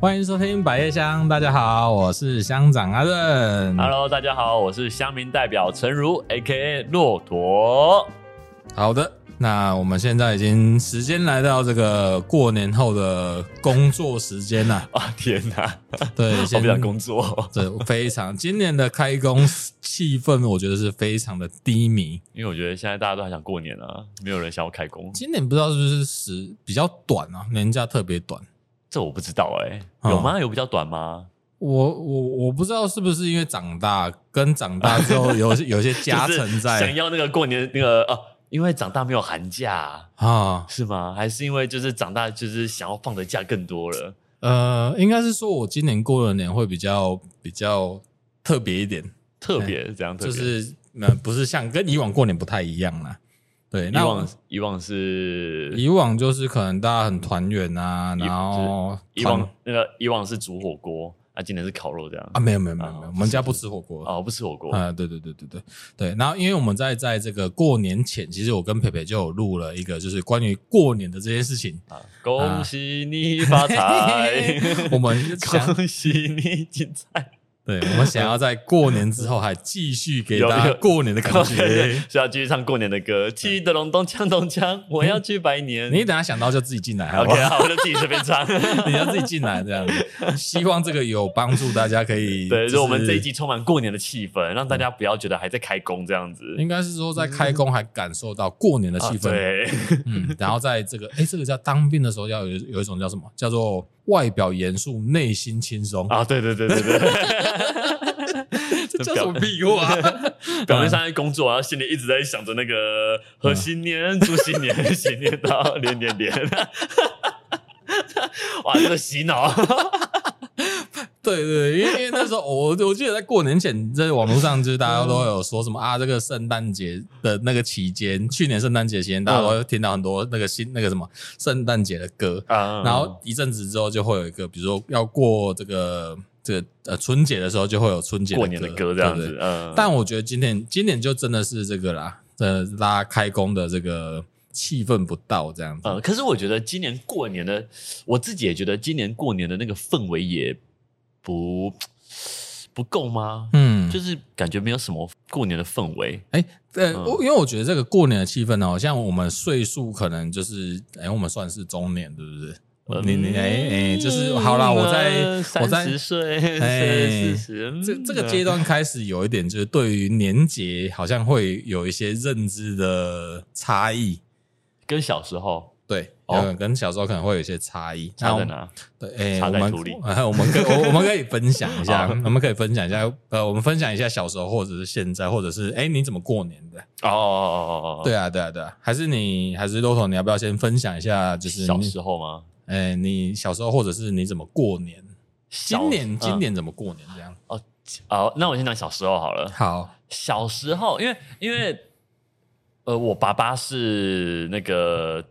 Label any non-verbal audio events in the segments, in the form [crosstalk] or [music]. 欢迎收听百叶香，大家好，我是乡长阿任。 Hello，大家好，我是乡民代表陈如，A.K.A. 骆驼。。好的，那我们现在已经时间来到这个过年后的工作时间了 [laughs] 啊，天哪！对，我现不在想工作，对，非常今年的开工气氛，我觉得是非常的低迷。因为我觉得现在大家都还想过年啊，没有人想要开工。今年不知道是不是时比较短啊，年假特别短。这我不知道哎、哦有吗？有比较短吗？我我我不知道是不是因为长大跟长大之后 [laughs] 有有一些加就是成想在要那个过年那个哦、因为长大没有寒假啊，是吗？还是因为就是长大就是想要放的假更多了？呃，应该是说我今年过的年会比较比较特别一点，特别是怎样特就别？是呃不是像跟以往过年不太一样啦。对，以那往以往是以往就是可能大家很团圆啊，以然后以团往那个以往是煮火锅，啊，今年是烤肉这样啊，没有没有没有啊没有，我们家不吃火锅。哦，不吃火锅，啊、对对对对对对，然后因为我们在在这个过年前，其实我跟培培就有录了一个，就是关于过年的这件事情。啊，恭喜你发财， [laughs] 我们想， [laughs] 恭喜你精彩。对我们想要在过年之后还继续给大有哦家有过年的感觉。是要继续唱过年的歌，记得隆咚锵咚锵，我要去拜年。你等下想到就自己进来，好不 OK，好？好，我就自己随便唱。 [laughs] 你要自己进来这样子，希望这个有帮助，大家可以。 [laughs] 对，就是我们这一集充满过年的气氛，让大家不要觉得还在开工这样子。应该是说在开工还感受到过年的啊气氛，对，嗯，然后在这个，哎，这个叫当兵的时候要有有一种叫什么，叫做外表严肃，内心轻松，啊，对对对对对，这叫什么屁话？ [laughs] 表面上在工作，然后心里一直在想着那个和新年、祝新年、新年到，连连连。 [laughs] 哇，这个洗脑，对对，对因为因为那时候我我记得在过年前，在网络上就是大家都有说什么啊，这个圣诞节的那个期间，去年圣诞节期间，大家都嗯会听到很多那个新那个什么圣诞节的歌，啊然后一阵子之后就会有一个，比如说要过这个这个呃春节的时候，就会有春节过年的歌歌这样。对子对，嗯，但我觉得今天今年就真的是这个啦，呃，大家开工的这个气氛不到这样子。呃，可是我觉得今年过年的，我自己也觉得今年过年的那个氛围也不不够吗？嗯，就是感觉没有什么过年的氛围哎，呃，嗯我因为我觉得这个过年的气氛呢，好像我们岁数可能就是，哎，我们算是中年，对不对？嗯你你哎哎，就是好啦，我在我三在十岁，哎四十，嗯这这个阶段段开始有一点，就是对于年节好像会有一些认知的差异，跟小时候对，哦有跟小时候可能会有一些差异。那差我在们哪？对，哎、插我在们土里 [laughs] 哦我们可我我们可以分享一 [laughs] 下，好我们可以分享一下，呃，我们分享一下小时候，或者是现在，或者是哎、你怎么过年的？哦哦哦哦哦，对啊，对啊，对啊，还是你，还是 l o t o 你要不要先分享一下，就是小你时候吗？哎、你小时候，或者是你怎么过年？今年小今嗯年怎么过年？这样、哦，那我先讲小时候好了。好，小时候，因为因为呃，我爸爸是那个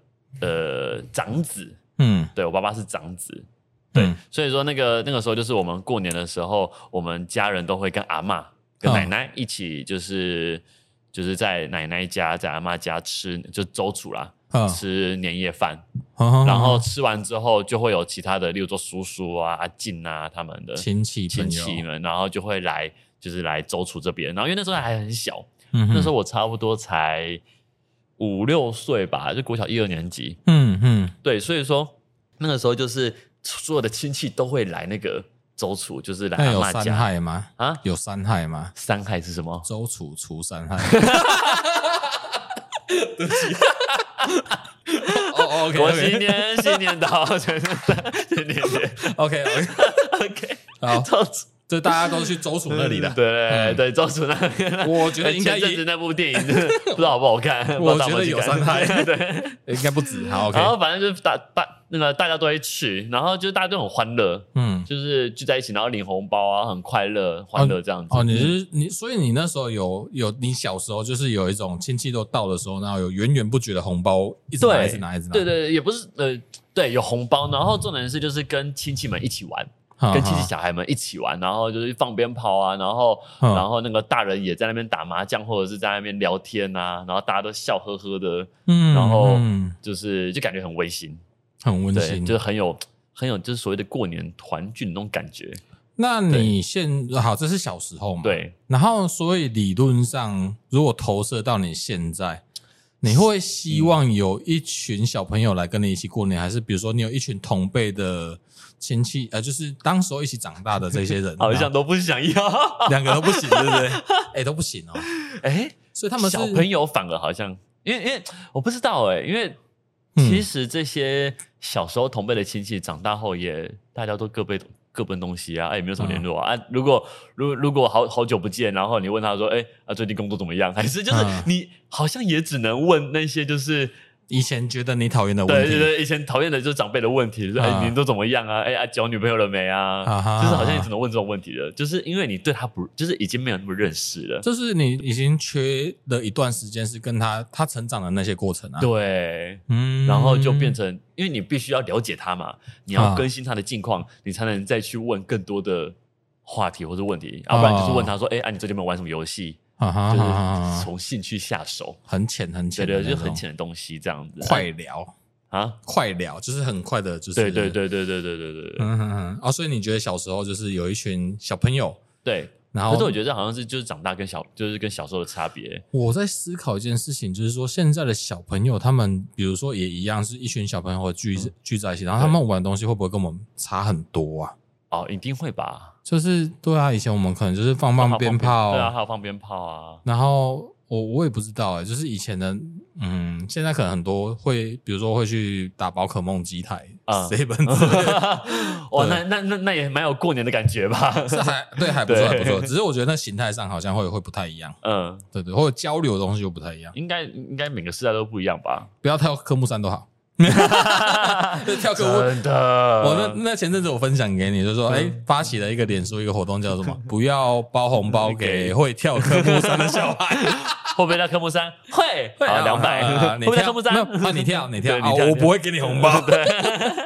呃长子，嗯，对我爸爸是长子，对，嗯所以说那个那个时候就是我们过年的时候，我们家人都会跟阿嬷跟嗯奶奶一起，就是、就是在奶奶家在阿嬷家吃就周厨啦，嗯吃年夜饭，好然后吃完之后就会有其他的，例如说叔叔啊、阿静啊他们的亲戚亲朋友戚，们，然后就会来就是来周厨这边，然后因为那时候还很小，嗯哼那时候我差不多才五六岁吧，就国小一二年级。嗯嗯对，所以说那个时候就是所有的亲戚都会来那个周楚，就是来那阿有妈三家害吗？啊。有三害吗？三害是什么？周楚除三 [laughs] 害。哦，OK 我新 OK 年 [laughs] 新年到，新年新年 OK， [laughs] ，OK，好，周楚就大家都去周楚那里的。对嗯对，周楚那个，我觉得应该前阵也子那部电影 [laughs] 不知道好不好看，不知道我大家觉得有去看伤害 [laughs] [laughs] 对，应该不止。好，OK，然后反正就是大大那个大家都会去，然后就是大家都很欢乐，嗯，就是聚在一起，然后领红包啊，很快乐欢乐这样子。哦，你是你，所以你那时候有有，你小时候就是有一种亲戚都到的时候，然后有源源不绝的红包，一直拿，对一直拿，一直拿，嗯对对，对也不是呃，对，有红包，然后重点是就是跟亲戚们一起玩，哈，跟亲戚啊哈小孩们一起玩，然后就是放鞭炮啊，然后嗯然后那个大人也在那边打麻将或者是在那边聊天啊，然后大家都笑呵呵的，嗯，然后嗯就是就感觉很温馨，很温对，馨，就是很有很有就是所谓的过年团聚的那种感觉，嗯那你现好，这是小时候嘛？。对。，然后，所以理论上，如果投射到你现在，你会希望有一群小朋友来跟你一起过年，还是比如说你有一群同辈的亲戚，呃，就是当时候一起长大的这些人 [laughs] 好像都不想要， [laughs] 那两个都不行，对不对？哎、都不行哦。哎，所以他们是小朋友反而好像，因为因为我不知道哎、因为嗯其实这些小时候同辈的亲戚，长大后也大家都各背各奔东西啊，哎、也没嗯有什么联络啊。啊如果如果如果好好久不见，然后你问他说，哎、啊，最近工作怎么样？ [laughs] 还是就是嗯你好像也只能问那些就是以前觉得你讨厌的问对题，对对，以前讨厌的就是长辈的问题，就是哎、嗯你都怎么样啊？哎、啊，交女朋友了没啊？啊哈就是好像也只能问这种问题了，就是因为你对他不就是已经没有那么认识了。就是你已经缺了一段时间是跟他他成长的那些过程啊。，对，嗯然后就变成，因为你必须要了解他嘛，你要啊更新他的近况，你才能再去问更多的话题或者问题，要不然就是问他说，哎、啊，你最近有没有玩什么游戏？啊哈就哈是哈哈从兴趣下手，很浅很对浅，对，就很，浅的东西这样子。哦快聊。啊，快聊，就是很快的，就是对对，对对对对对对对嗯嗯嗯，哦，所以你觉得小时候就是有一群小朋友，对。然可后是我觉得这好像是就是长大跟小，就是跟小时候的差别。我在思考一件事情，就是说现在的小朋友，他们比如说也一样是一群小朋友聚、嗯聚在一起，然后他们玩的东西会不会跟我们差很多啊？哦，一定会吧？就是对啊，以前我们可能就是放放鞭炮，哦对啊，还有放鞭炮 [laughs] 啊。然后我我也不知道哎、就是以前的，嗯，现在可能很多会，比如说会去打宝可梦机台、啊 s e v e n 之类的，哦，那那那那也蛮有过年的感觉吧？这 [laughs] 还对还不错对还不错，只是我觉得那形态上好像会会不太一样。嗯，对对，或者交流的东西就不太一样。应该应该每个时代都不一样吧？不要跳科目三都好， [laughs] 就跳科目。真的，嗯我那那前阵子我分享给你，就说哎、发起了一个脸书一个活动，叫什 [laughs] 么？不要包红嗯包给会跳科目三的小孩。会不会到科目三？会会啊两百，啊啊 [laughs] 会你不会到跳科目三？没有啊，你跳，你跳对啊，你跳我你不会给你红包，对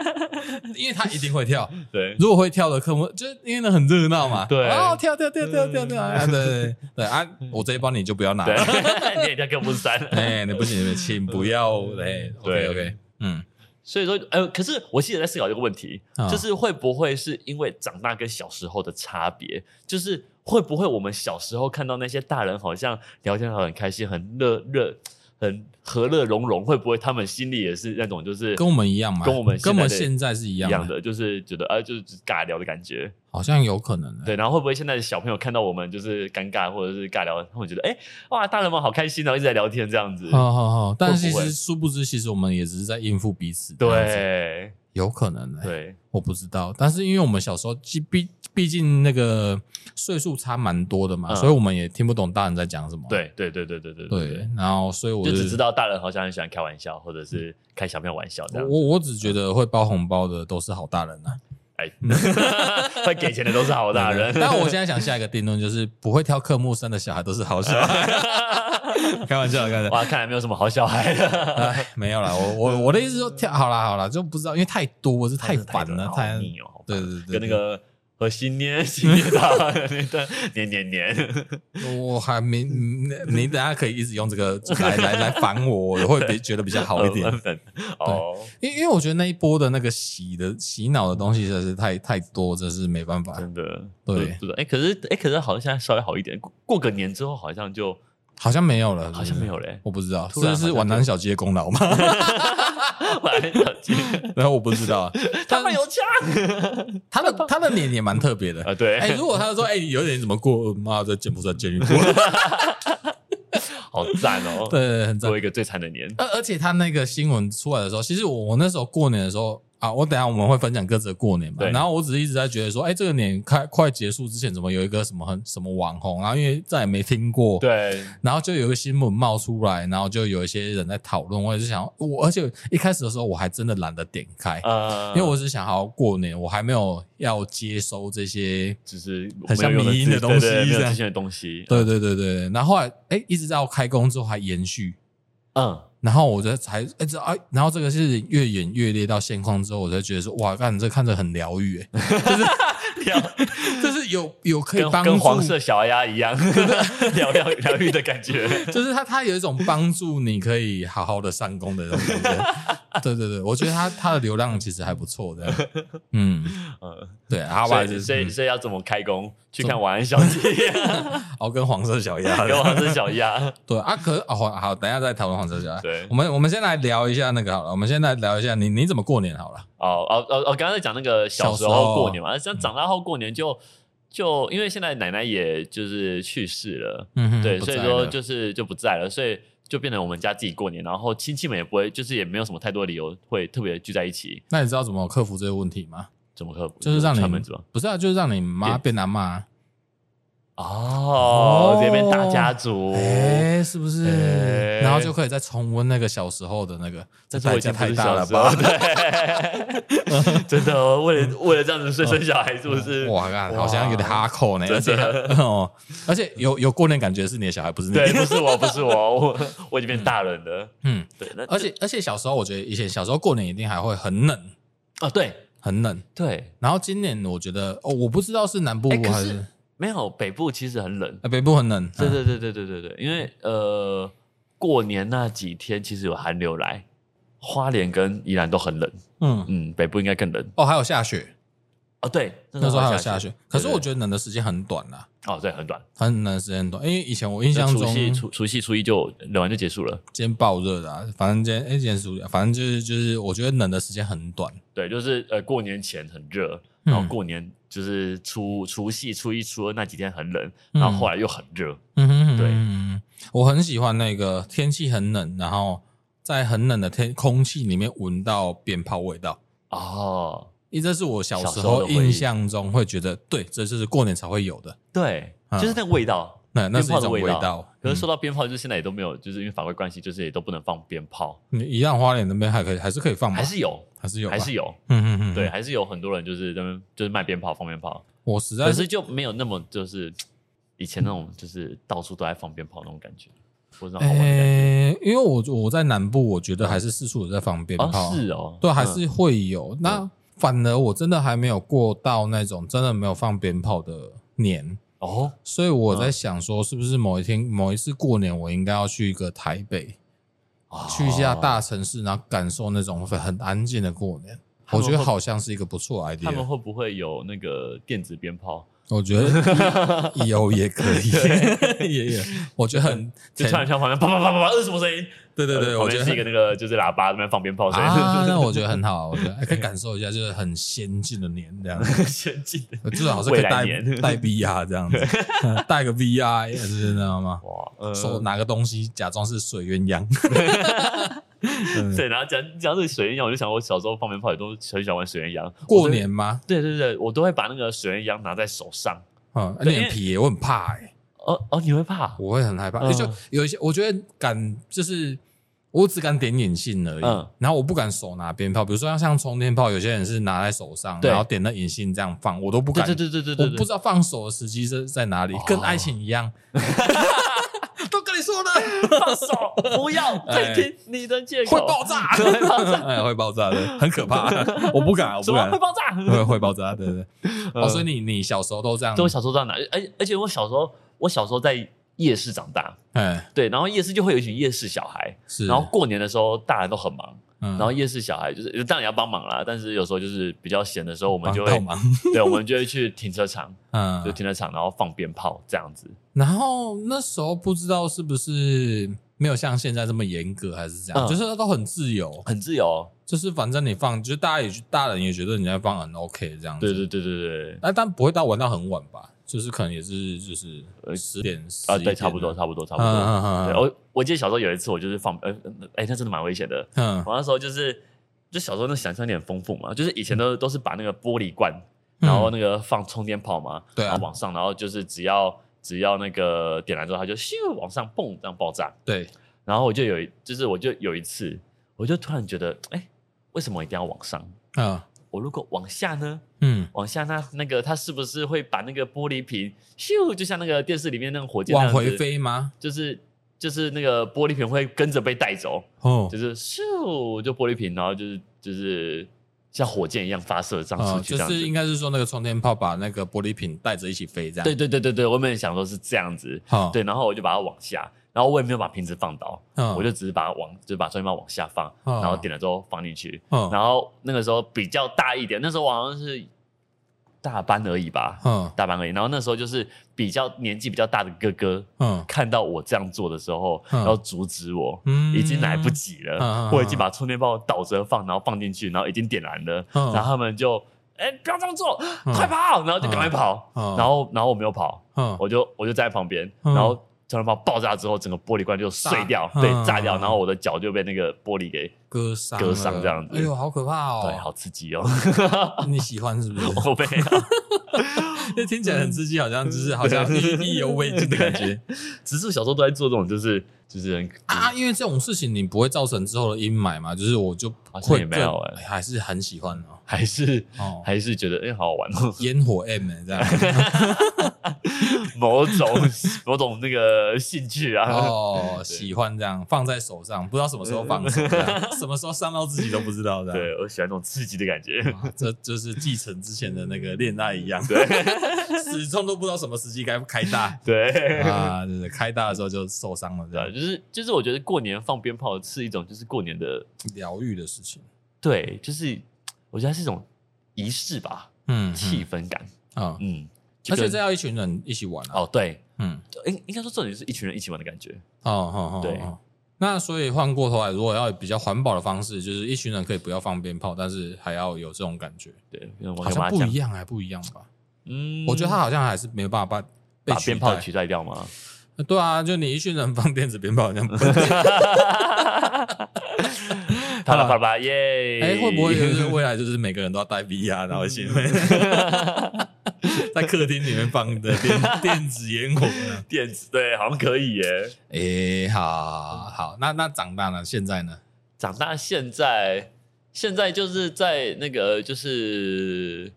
[laughs] 因为他一定会跳。对如果会跳的科目，就是因为那很热闹嘛。对嗯哦，跳跳跳跳跳跳，啊对对对啊，我这一包你就不要拿了。对， [laughs] 你也跳科目三。 [laughs] 哎，你不行，你们请不要哎，OK 对 OK，嗯，所以说，呃，可是我现在在思考这个问题，啊就是会不会是因为长大跟小时候的差别，就是会不会我们小时候看到那些大人好像聊天好像很开心，很热热，很和乐融融，会不会他们心里也是那种就是跟我们一样嘛，跟我们跟我们现在的现在是一一样样的，就是觉得啊，就是尬聊的感觉？好像有可能、欸。对，然后会不会现在的小朋友看到我们就是尴尬或者是尬聊，他们觉得哎、哇大人们好开心哦，一直在聊天这样子。好好好，但是其会不会实殊不知，其实我们也只是在应付彼此。这样子，对有可能、欸。，对我不知道，但是因为我们小时候既毕毕竟那个岁数差蛮多的嘛，嗯所以我们也听不懂大人在讲什么。对对对对对对对，然后所以我就只是知道大人好像很喜欢开玩笑，或者是开小朋友玩笑这我样。我我只觉得会包红包的都是好大人啊，哎， [laughs] 会给钱的都是好大人。 [laughs] 但我现在想下一个定论就是，不会挑科目三的小孩都是好小 [laughs] 孩。开玩笑的，开玩笑的。哇，看来没有什么好小孩的，哎，没有啦，我我我的意思说跳好啦好啦，就不知道，因为太多，这太烦 [laughs] 了，好太腻哦，好对烦对对跟那个和新年新年到那 [laughs] 段年年年，我还没，嗯你等下可以一直用这个来来来烦我，我会比觉得比较好一 [laughs] 点。哦，因因为我觉得那一波的那个洗的洗脑的东西实在是太太多，真是没办法。真的，对真的，哎，可是哎，可是好像现在稍微好一点，过过个年之后好像就好像没有了，好像没有嘞我不知道，突这然好像是皖南小鸡的功劳吗？嗯 [laughs] 晚上小鸡然后我不知 [laughs] 道，啊他们有枪 [laughs] 他的他的脸也蛮特别的。 [laughs] 啊，对，哎，如果他说哎，有点怎么过，妈在柬埔寨监狱过， [laughs] 好赞哦，对，很赞做。一个最惨的年，而而且他那个新闻出来的时候，其实我我那时候过年的时候，啊，我等一下我们会分享各自的过年嘛。对然后我只是一直在觉得说，哎，这个年快快结束之前，怎么有一个什么很什么网红，然后因为再也没听过，对，然后就有一个新闻冒出来，然后就有一些人在讨论，我也是想，我而且一开始的时候我还真的懒得点开，呃，因为我只想好好过年，我还没有要接收这些。只是很像没有用迷因的自东西对对没有这样之前的东西，对对对对，然后后来哎，一直到开工之后还延续，嗯，然后我就才哎这哎，然后这个是越演越烈到现况之后，我才觉得说哇，干这看着很疗愈、 [laughs] 哎就是就是有有可以跟帮跟黄助，色小鸭 [laughs] 一样，疗疗疗愈的感觉，就是他他有一种帮助你可以好好的上工的那种感觉。对对对，我觉得他他的流量其实还不错的， [laughs] 嗯，嗯，对，好所吧，以就是所以嗯所以要怎么开工？去看晚安小 [laughs] [laughs] 姐，哦跟黄色小鸭，跟黄色小鸭，对啊，可哦好好，等一下再讨论黄色小鸭。对我，们我们先来聊一下那个好了，我们先来聊一下你你怎么过年好了。哦哦哦哦，刚刚在讲那个小时小时候嗯候过年嘛，像长大后过年就就因为现在奶奶也就是去世了，嗯哼对，不所以在说了就是就不在了，所以就变成我们家自己过年，然后亲戚们也不会，就是也没有什么太多理由会特别聚在一起，那你知道怎么克服这个问题吗？怎么可就是让串门你子吗？不是啊，就是让你妈对变啊阿妈。哦哦，这边大家 [laughs] 族，哎、是不是？哦哎然后就可以再重温那个小时候的那个，这但是我代已价经不太是大小了时候，吧？对， [laughs] 真的哦，为了为了这 [laughs] 样子碎生小孩，是不是？哦嗯哇，看好像有点哈口呢，真而且的哦，而且有有过年感觉是你的小孩，不是你。 [laughs] 对，不是我，不是我，我我已经变大人了。嗯，对，那而且而且小时候我觉得以前小时候过年一定还会很冷，哦，对很冷。对，然后今年我觉得哦，我不知道是南部哎可还是是、没有北部其实很冷，呃北部很冷，对嗯对对对对对对，因为呃过年那几天其实有寒流来，花莲跟宜兰都很冷，嗯，嗯，北部应该更冷哦，还有下雪，哦，对，那那时候还有下下雪。可是我得觉得冷的时间很短啦，哦，对，很短，很冷的时间很短，因为以前我印那象除中夕除除夕初一就冷完就结束了，今天爆热的、啊，反正今天哎、今天暑假，反正就是就是，我觉得冷的时间很短。对，就是呃过年前很热，嗯然后过年就是初除夕初一初二那几天很冷，嗯然后后来又很热，嗯哼对嗯哼我很喜欢那个天气很冷，然后在很冷的天空气里面闻到鞭炮味道，哦，因为这是我小时小时候候的回忆印象中会觉得，对，这就是过年才会有的，对，嗯就是那个味道。那那是一鞭炮的种味味道道。可是说嗯到鞭炮，就是现在也都没有，就是因为法规关系，就是也都不能放鞭炮，你一样花莲那边还可以，还是可以放吗？还是有，还是有吧，还是有，嗯嗯嗯，对，。还啊是有很多人就是在那边就是卖鞭炮、放鞭炮，我实在可是是就没有那么就是以前那种就是到处都在放鞭炮那种感觉，不是哦那种好哎玩的感觉诶、呃因为我我在南部，我觉得还是四处有在放鞭炮，啊哦，是哦，对，还嗯是会有。那反而我真的还没有过到那种真的没有放鞭炮的年，哦，所以我在想说，是不是某一天、某一次过年，我应该要去一个台北，哦去一下大城市，然后感受那种很安静的过年。他我们觉得会好像是一个不错的他们 idea，会不会有那个电子鞭炮？我觉得有也可 [laughs] 以， [laughs] 也有，我觉得很就突然像旁边啪啪啪啪啪，这是什么声音？对对对，呃我旁觉边得是一个很那个就是喇叭在那边放鞭炮声，啊，那我觉得很好，我觉 [laughs] 得哎可以感受一下，就是很先进的年这样子。先进的。至少是可以带未来 [laughs] 年带 VR 这样 [laughs] 子，嗯带个 VR，你知道吗？哇，呃手拿个东西假装是水鸳鸯， [laughs] 嗯对，然后讲讲这水鸳鸯，我就想我小时候放鞭炮也都很喜欢玩水鸳鸯。过年吗？对对对，我都会把那个水鸳鸯拿在手上。嗯，对因为脸皮耶我很怕哎，哦哦，你会怕？我会很害怕，嗯就有一些我觉得敢就是。我只敢点眼信而已，嗯然后我不敢手拿鞭炮，比如说像像冲天炮，有些人是拿在手上，对然后点那眼信这样放，我都不对敢，对对对对我对，不知道放手的时机是在哪里，哦跟爱情一 [laughs] 样，都跟你说了，放手，不要哎再听你的借口，会爆炸， [laughs] 会爆炸， [laughs] 哎，会爆炸的，很可 [laughs] 怕。我不敢，我什不么敢会，爆炸？ [laughs] 会会爆炸，对对对。哦，呃所以你你小时候都这样对，，我小时候这样拿，而而且我小时候，我小时候在夜市长大，哎，对，然后夜市就会有一群夜市小孩，是，嗯然后过年的时候大人都很忙，然然后夜市小孩就是当然也要帮忙啦，但是有时候就是比较闲的时候，我我们就倒会忙，对，我们就会去停车 [laughs] 场，就嗯，停车场，然后放鞭炮这样子。然后那时候不知道是不是没有像现在这么严格，还是这样，嗯就是都很自由，很自由，哦就是反正你放，就是大家也大人也觉得你在放很 OK 这样子，对对对对对，哎，但不会到玩到很晚吧？就是可能也是就是呃十点啊，对，差不多，，差不多，差11不点多。啊嗯嗯嗯对，嗯我我记得小时候有一次，我就是放，呃，呃哎，那真的蛮危险的。嗯，我那时候就是就小时候那想象力很丰富嘛，就是以前都都是把那个玻璃罐，嗯哦然后那个放充电宝嘛，对啊然后往上，然后就是只要只要那个点燃之后，它就咻往上蹦这样爆炸。对，然后我就有一，就是我就有一次，我就突然觉得，哎，为什么一定要往上？嗯我如果往下呢？嗯，往下那那个它是不是会把那个玻璃瓶咻，就像那个电视里面那个火箭那往样子回，飞吗？就是就是那个玻璃瓶会跟着被带走，哦就，是咻就玻璃瓶，然后就是就是像火箭一样发射上啊，出去这就样子。是应该是说那个充电炮把那个玻璃瓶带着一起飞这样。对，对对对对，我本来想说是这样子，好，对，然后我就把它往下，然后我也没有把瓶子放倒，嗯，我就只是把它往就是把充电宝往下放，嗯然后点了之后放进去，嗯，然后那个时候比较大一点，那时候我好像是大班而已吧，嗯大班而已。然后那时候就是比较年纪比较大的哥哥嗯看到我这样做的时候，嗯然后阻止我，嗯，已经来不及了，嗯嗯嗯我已经把充电宝倒着放，然后放进去，然后已经点燃了，嗯然后他们就。哎、不要这么做，嗯快跑！然后就赶快跑，嗯然后，然后我没有跑，嗯，我就我就站在旁边，嗯然后充电宝爆炸之后，整个玻璃罐就碎掉，炸对嗯，炸掉，然后我的脚就被那个玻璃给，割伤割了伤这样子哎呦，好可怕对，哦！好哦刺激哦， [laughs] 你喜欢是不是？我被， [laughs] 这听起来很刺激，好像就是好像意意犹未尽的感 [laughs] 觉只是小时候都在做这种，就是就是很啊！因为这种事情你不会造成之后的阴霾嘛，就是我就好像会也没有哎还是很喜欢哦。还是哦，还是觉得哎、好好玩哦， [laughs] 烟火 M 欸这样某种某种那个兴趣啊，哦，喜欢这样放在手上，不知道什么时候放手，这样 [laughs] 什么时候伤到自己都不知道的。对我喜欢这种刺激的感觉，哇，这就是继承之前的那个恋爱一样， [laughs] 对 [laughs] 始终都不知道什么时机该开 [laughs] 大对。啊，就是开大的时候就受伤了，这对啊，样就是就是，我觉得过年放鞭炮是一种，就是过年的，疗愈的事情。对，就是我觉得它是一种仪式吧，嗯气氛感，啊，嗯，就而且跟这要一群人一起玩啊。哦，对，嗯，应应该说重点是一群人一起玩的感觉，哦哦哦，对哦。那所以换过头来，如果要比较环保的方式，就是一群人可以不要放鞭炮，但是还要有这种感觉，对，因为我好跟我像妈不讲一，样，还不一样吧？嗯我觉得他好像还是没有办法被把被鞭炮取取代 [laughs] 掉吗？代。对啊，就你一群人放电子鞭炮，好 [laughs] 像不 [laughs] 啪啦啪啦啪啦，耶！哎，会不会就是未来就是每个人都要带 [laughs] VR，然后先在客厅里面放的电 [laughs] 电子烟火啊呢？电子？对，好像可以耶。哎，好好，那那长大了，现在呢？长大现在，现在就是在那个就是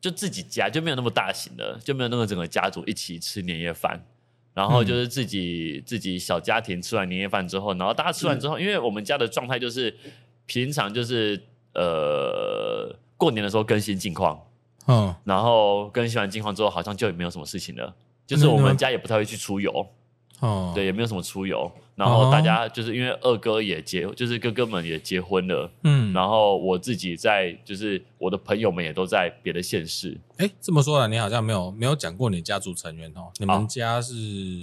就自己家就没有那么大型的，就没有那个整个家族一起吃年夜饭。然后就是自己、自己小家庭吃完年夜饭之后，然后大家吃完之后，因为我们家的状态就是呃平常就是呃过年的时候更新近况，嗯，然后更新完近况之后，好像就也没有什么事情了。就是我们家也不太会去出游，哦，对，，也没有什么出游。然后大家就是因为二哥也结，就是哥哥们也结婚了，嗯，然后我自己在，就是我的朋友们也都在别的县市。哎，这么说来，你好像没有没有讲过你家族成员哦。你们哦家是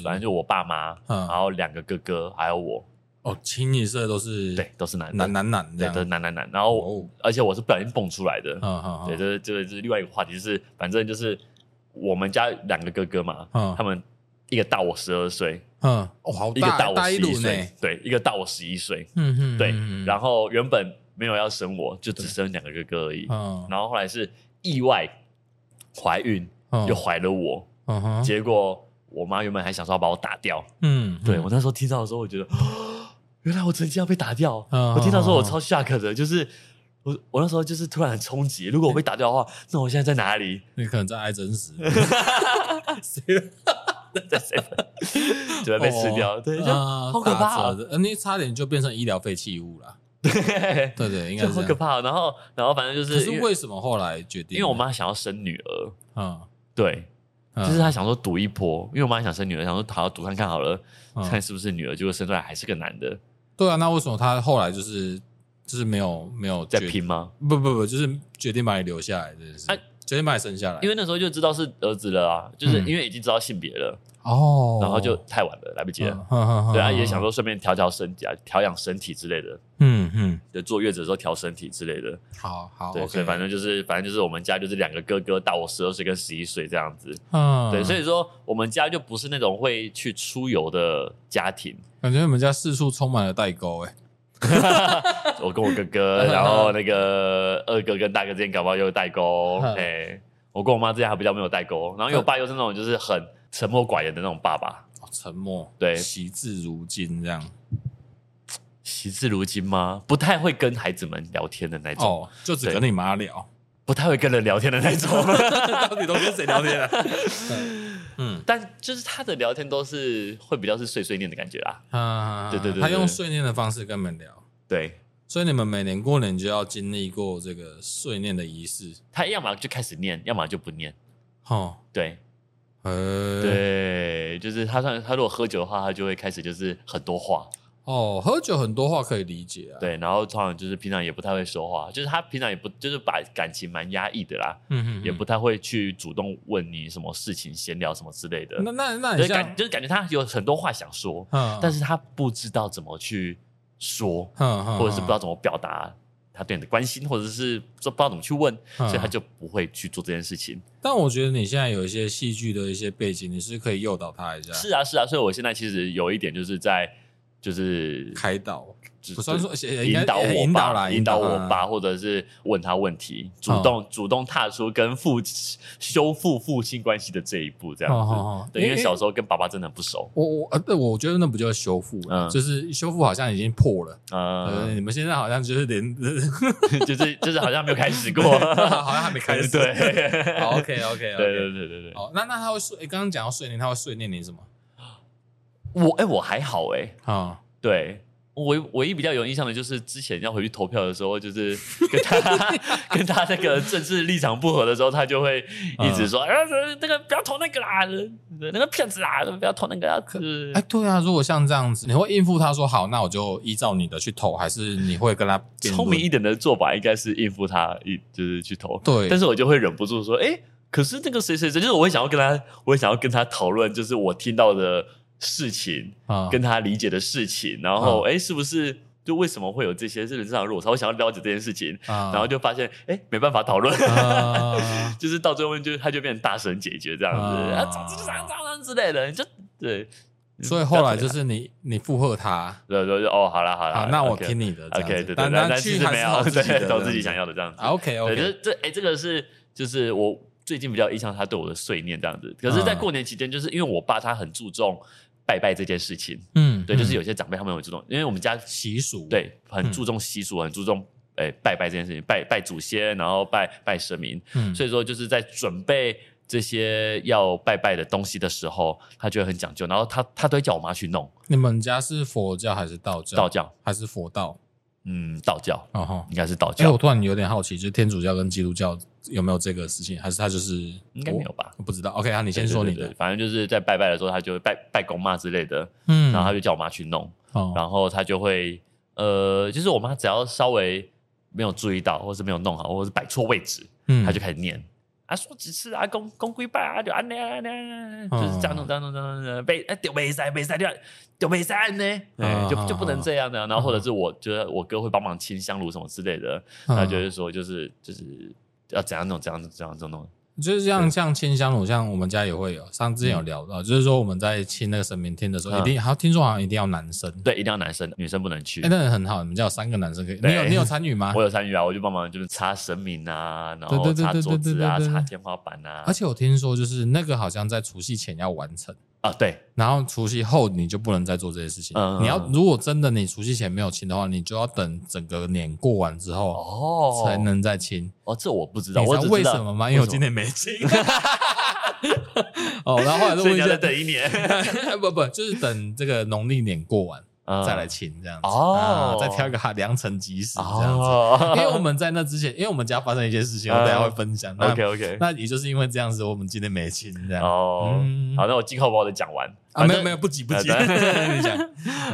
反正就我爸妈，嗯然后两个哥哥，还有我，哦，清一色都是对，都是男的，男男男这对，样都是。男男男。然后我，哦，而且我是不小心蹦出来的。嗯嗯，对，这是这个这是另外一个话题，就是反正就是我们家两个哥哥嘛，嗯他们一个大我十二岁，嗯，哦，好一个大大我大一十一路呢，岁，对，一个大我十一岁，嗯嗯，对嗯，然后原本没有要生我，就只生两个哥哥而已，嗯，然后后来是意外怀孕，嗯又怀了我，嗯哼，结果我妈原本还想说要把我打掉，嗯，对嗯我那时候听到的时候，我觉得 [gasps] 原来我曾经要被打掉，嗯我听到的时候我超 shock 的，就是。我我那时候就是突然很冲击，如果我被打掉的话，那我现在在哪里？ [laughs] 你可能在爱真 [laughs] 实，谁在 seven，就会被吃哦掉，对，就嗯啊好可怕哦，呃你差点就变成医疗废弃物了。 [laughs] 对，对对，应该就这是好样可。怕哦。然后，然后反正就可是是因为为什么后来决定？因为我，妈想要生女儿，嗯，对，嗯就是她想说赌一波，因为我妈想生女儿，想说好赌看看好了，嗯看是不是女儿，结果生出来还是个男的，对啊，那为什么他后来就是就是没有没有在决拼吗？不不不，就是决定把你留下来这件事哎，决定把你生下来，因为那时候就知道是儿子了啊，就是嗯因为已经知道性别了，哦，然后就太晚了，来不及了。嗯对啊，也想，说顺便调调身体啊，调养身体之类的，嗯嗯，就坐月子的时候调身体之类的。好好，对，所以反正就是反正就是我们家就是两个哥哥大我十二岁跟十一岁这样子。嗯，对，所以以说我们家就不是那种会去出游的家庭。感觉你们家四处充满了代沟，哎，我跟我哥哥，然后那个二哥跟大哥之间搞不好又有代沟，嗯哎、我跟我妈之间还比较没有代沟，然后因为我爸又是那种就是很沉默寡言的那种爸爸，哦沉默，对惜字如金这样。惜字如金吗？不太会跟孩子们聊天的那种，哦，就只跟你妈 [laughs] 聊，不太会跟人聊天的那种，到底都跟谁聊天啊？嗯 [laughs] 但就是他的聊天都是会比较是碎碎念的感觉啦，啊， [laughs] 对对对他对用对碎念的方式跟你们聊，对。所以你们每年过年就要经历过这个碎念的仪式。他要么就开始念，要么就不念。哦，对、呃，，对，就是他算他如果喝酒的话，他就会开始就是很多话，哦，喝酒很多话可以理解啊。，对，然后通常就是平常也不太会说话，就是他平常也不就是把感情蛮压抑的啦，嗯嗯，也不太会去主动问你什么事情、闲聊什么之类的嗯。那那那就你是感像，就是感觉他有很多话想说，嗯但是他不知道怎么去说，嗯嗯，或者是不知道怎么表达他对你的关心，或者是说不知道怎么去问，嗯所以他就不会去做这件事情。但我觉得你现在有一些戏剧的一些背景，你是可以诱导他一下，是啊，是啊，所以我现在其实有一点就是在就是开导，就不算说呃也应该引导也我引导啦爸，引引导导我嗯爸，或者是问他问题，主动主动踏出跟父修复父亲关系的这一步，这哦哦样哦子。对，因因为为小时候跟爸爸真的很不熟，我我呃，对，我觉得那不叫修复了，嗯就是修复好像已经破了。呃，呃，你们现在好像就是连 [laughs] 嗯就是就是好像没有开始过，好像还没开始。 [laughs] 对， [laughs] 好，OK OK [laughs] 对对 OK。对对对。好，那那他会碎，诶刚刚讲到碎念，他会碎念你什么？我哎，我还好哎，啊，对。我唯一比较有印象的就是之前要回去投票的时候，就是跟他 [laughs] 跟他那个政治立场不合的时候，他就会一嗯直说：“啊，那个不要投那个啦，那个骗子啦，不要投那个啦。”就是哎，对啊，如果像这样子，你会应付他说好，那我就依照你的去投，还是你会跟他辩论聪明一？点的做法应该是应付他，一就是去投。对但是我就会忍不住说，哎、可是那个谁谁谁，就是我会想要跟他，我会想要跟他讨论，就是我听到的事情，啊，跟他理解的事情，然后哎、诶是不是就为什么会有这些日常落差？我想要了解这件事情，啊然后就发现哎、诶没办法讨论。 [laughs] 啊就是到最后面就他就变成大神解决这样子啊啊，总之就这样这样这样之类的，你就对，所以后来就是你你附和他，对对对哦，好了好了，好，那我 OK 听你的这样子 OK，对对，但但但其去实还没是有投，自己的对，这投样自己子啊想要的这样子。 OK 对，这 OK，这哎，这个是就是我最近比较印象他对我的碎念这样子。可是，在嗯过年期间，就是因为我爸他很注重拜拜这件事情，嗯，嗯对，就是有有些长辈他们有注重，因为我们家习俗，对很注重习俗，很注重哎拜拜这件事情，拜拜祖先，然后拜拜神明，嗯，所以说就是在准备。这些要拜拜的东西的时候，他就会很讲究，然后他他都会叫我妈去弄你们家是佛教还是道教？道教，还是佛道？嗯，道教哦吼。应该是道哎、教，我突然有点好奇，就是天主教跟基督教有没有这个事情，还是他就是应该没有吧？我不知道。OK，好，你你先说你的。反正就是在拜拜的时候，他就会拜拜公妈之类的，嗯，然后他就叫我妈去弄，哦，然后他就会呃，就是我妈只要稍微没有注意到，或是没有弄好，或是摆错位置，嗯她就开始念。啊，说几次啊，公公归拜啊，就安尼安尼安嗯尼，就是这样弄这样弄这样弄，被哎丢被塞被塞掉丢被塞呢，哎，就嗯就不能这样的。然后或者是我觉得我哥会帮忙清香炉什么之类的，他就嗯是说就是就是要怎样弄怎样弄怎样弄弄，就是像像清香炉，像我们家也会有，上之前有聊到，就是说我们在清那个神明厅的时候，嗯一定好，听说好像一定要男生。对，一定要男生，女生不能去哎、。那很好，你们家有三个男生可以，对你有你有参与吗我？有参与啊，我就帮忙就是擦神明啊，然对后对擦对对桌子啊，对对对擦天花板啊而，且我听说就是那个好像在除夕前要完成，啊对，然后除夕后你就不能再做这些事情。嗯嗯你要嗯如果真的你除夕前没有清的话，你就要等整个年过完之后，哦，才能再亲。哦，这我不知你道，知我道只知道为什么吗？因为我今天天没 [laughs] 亲。哦，然后后来就所问以你一要下再，等一年 [laughs] 不不，就是等这个农历年过完再来亲这样子嗯哦啊再挑一个哈良辰吉时这样子。哦 [laughs] 因为我们在那之前，因为我们家发生一些事情，我嗯等一下会分享。那 OK OK 那也就是因为这样子，我们今天没亲这样。哦嗯，好，那我尽快把我的讲完啊，反没有正没有，不急不急，呃你讲。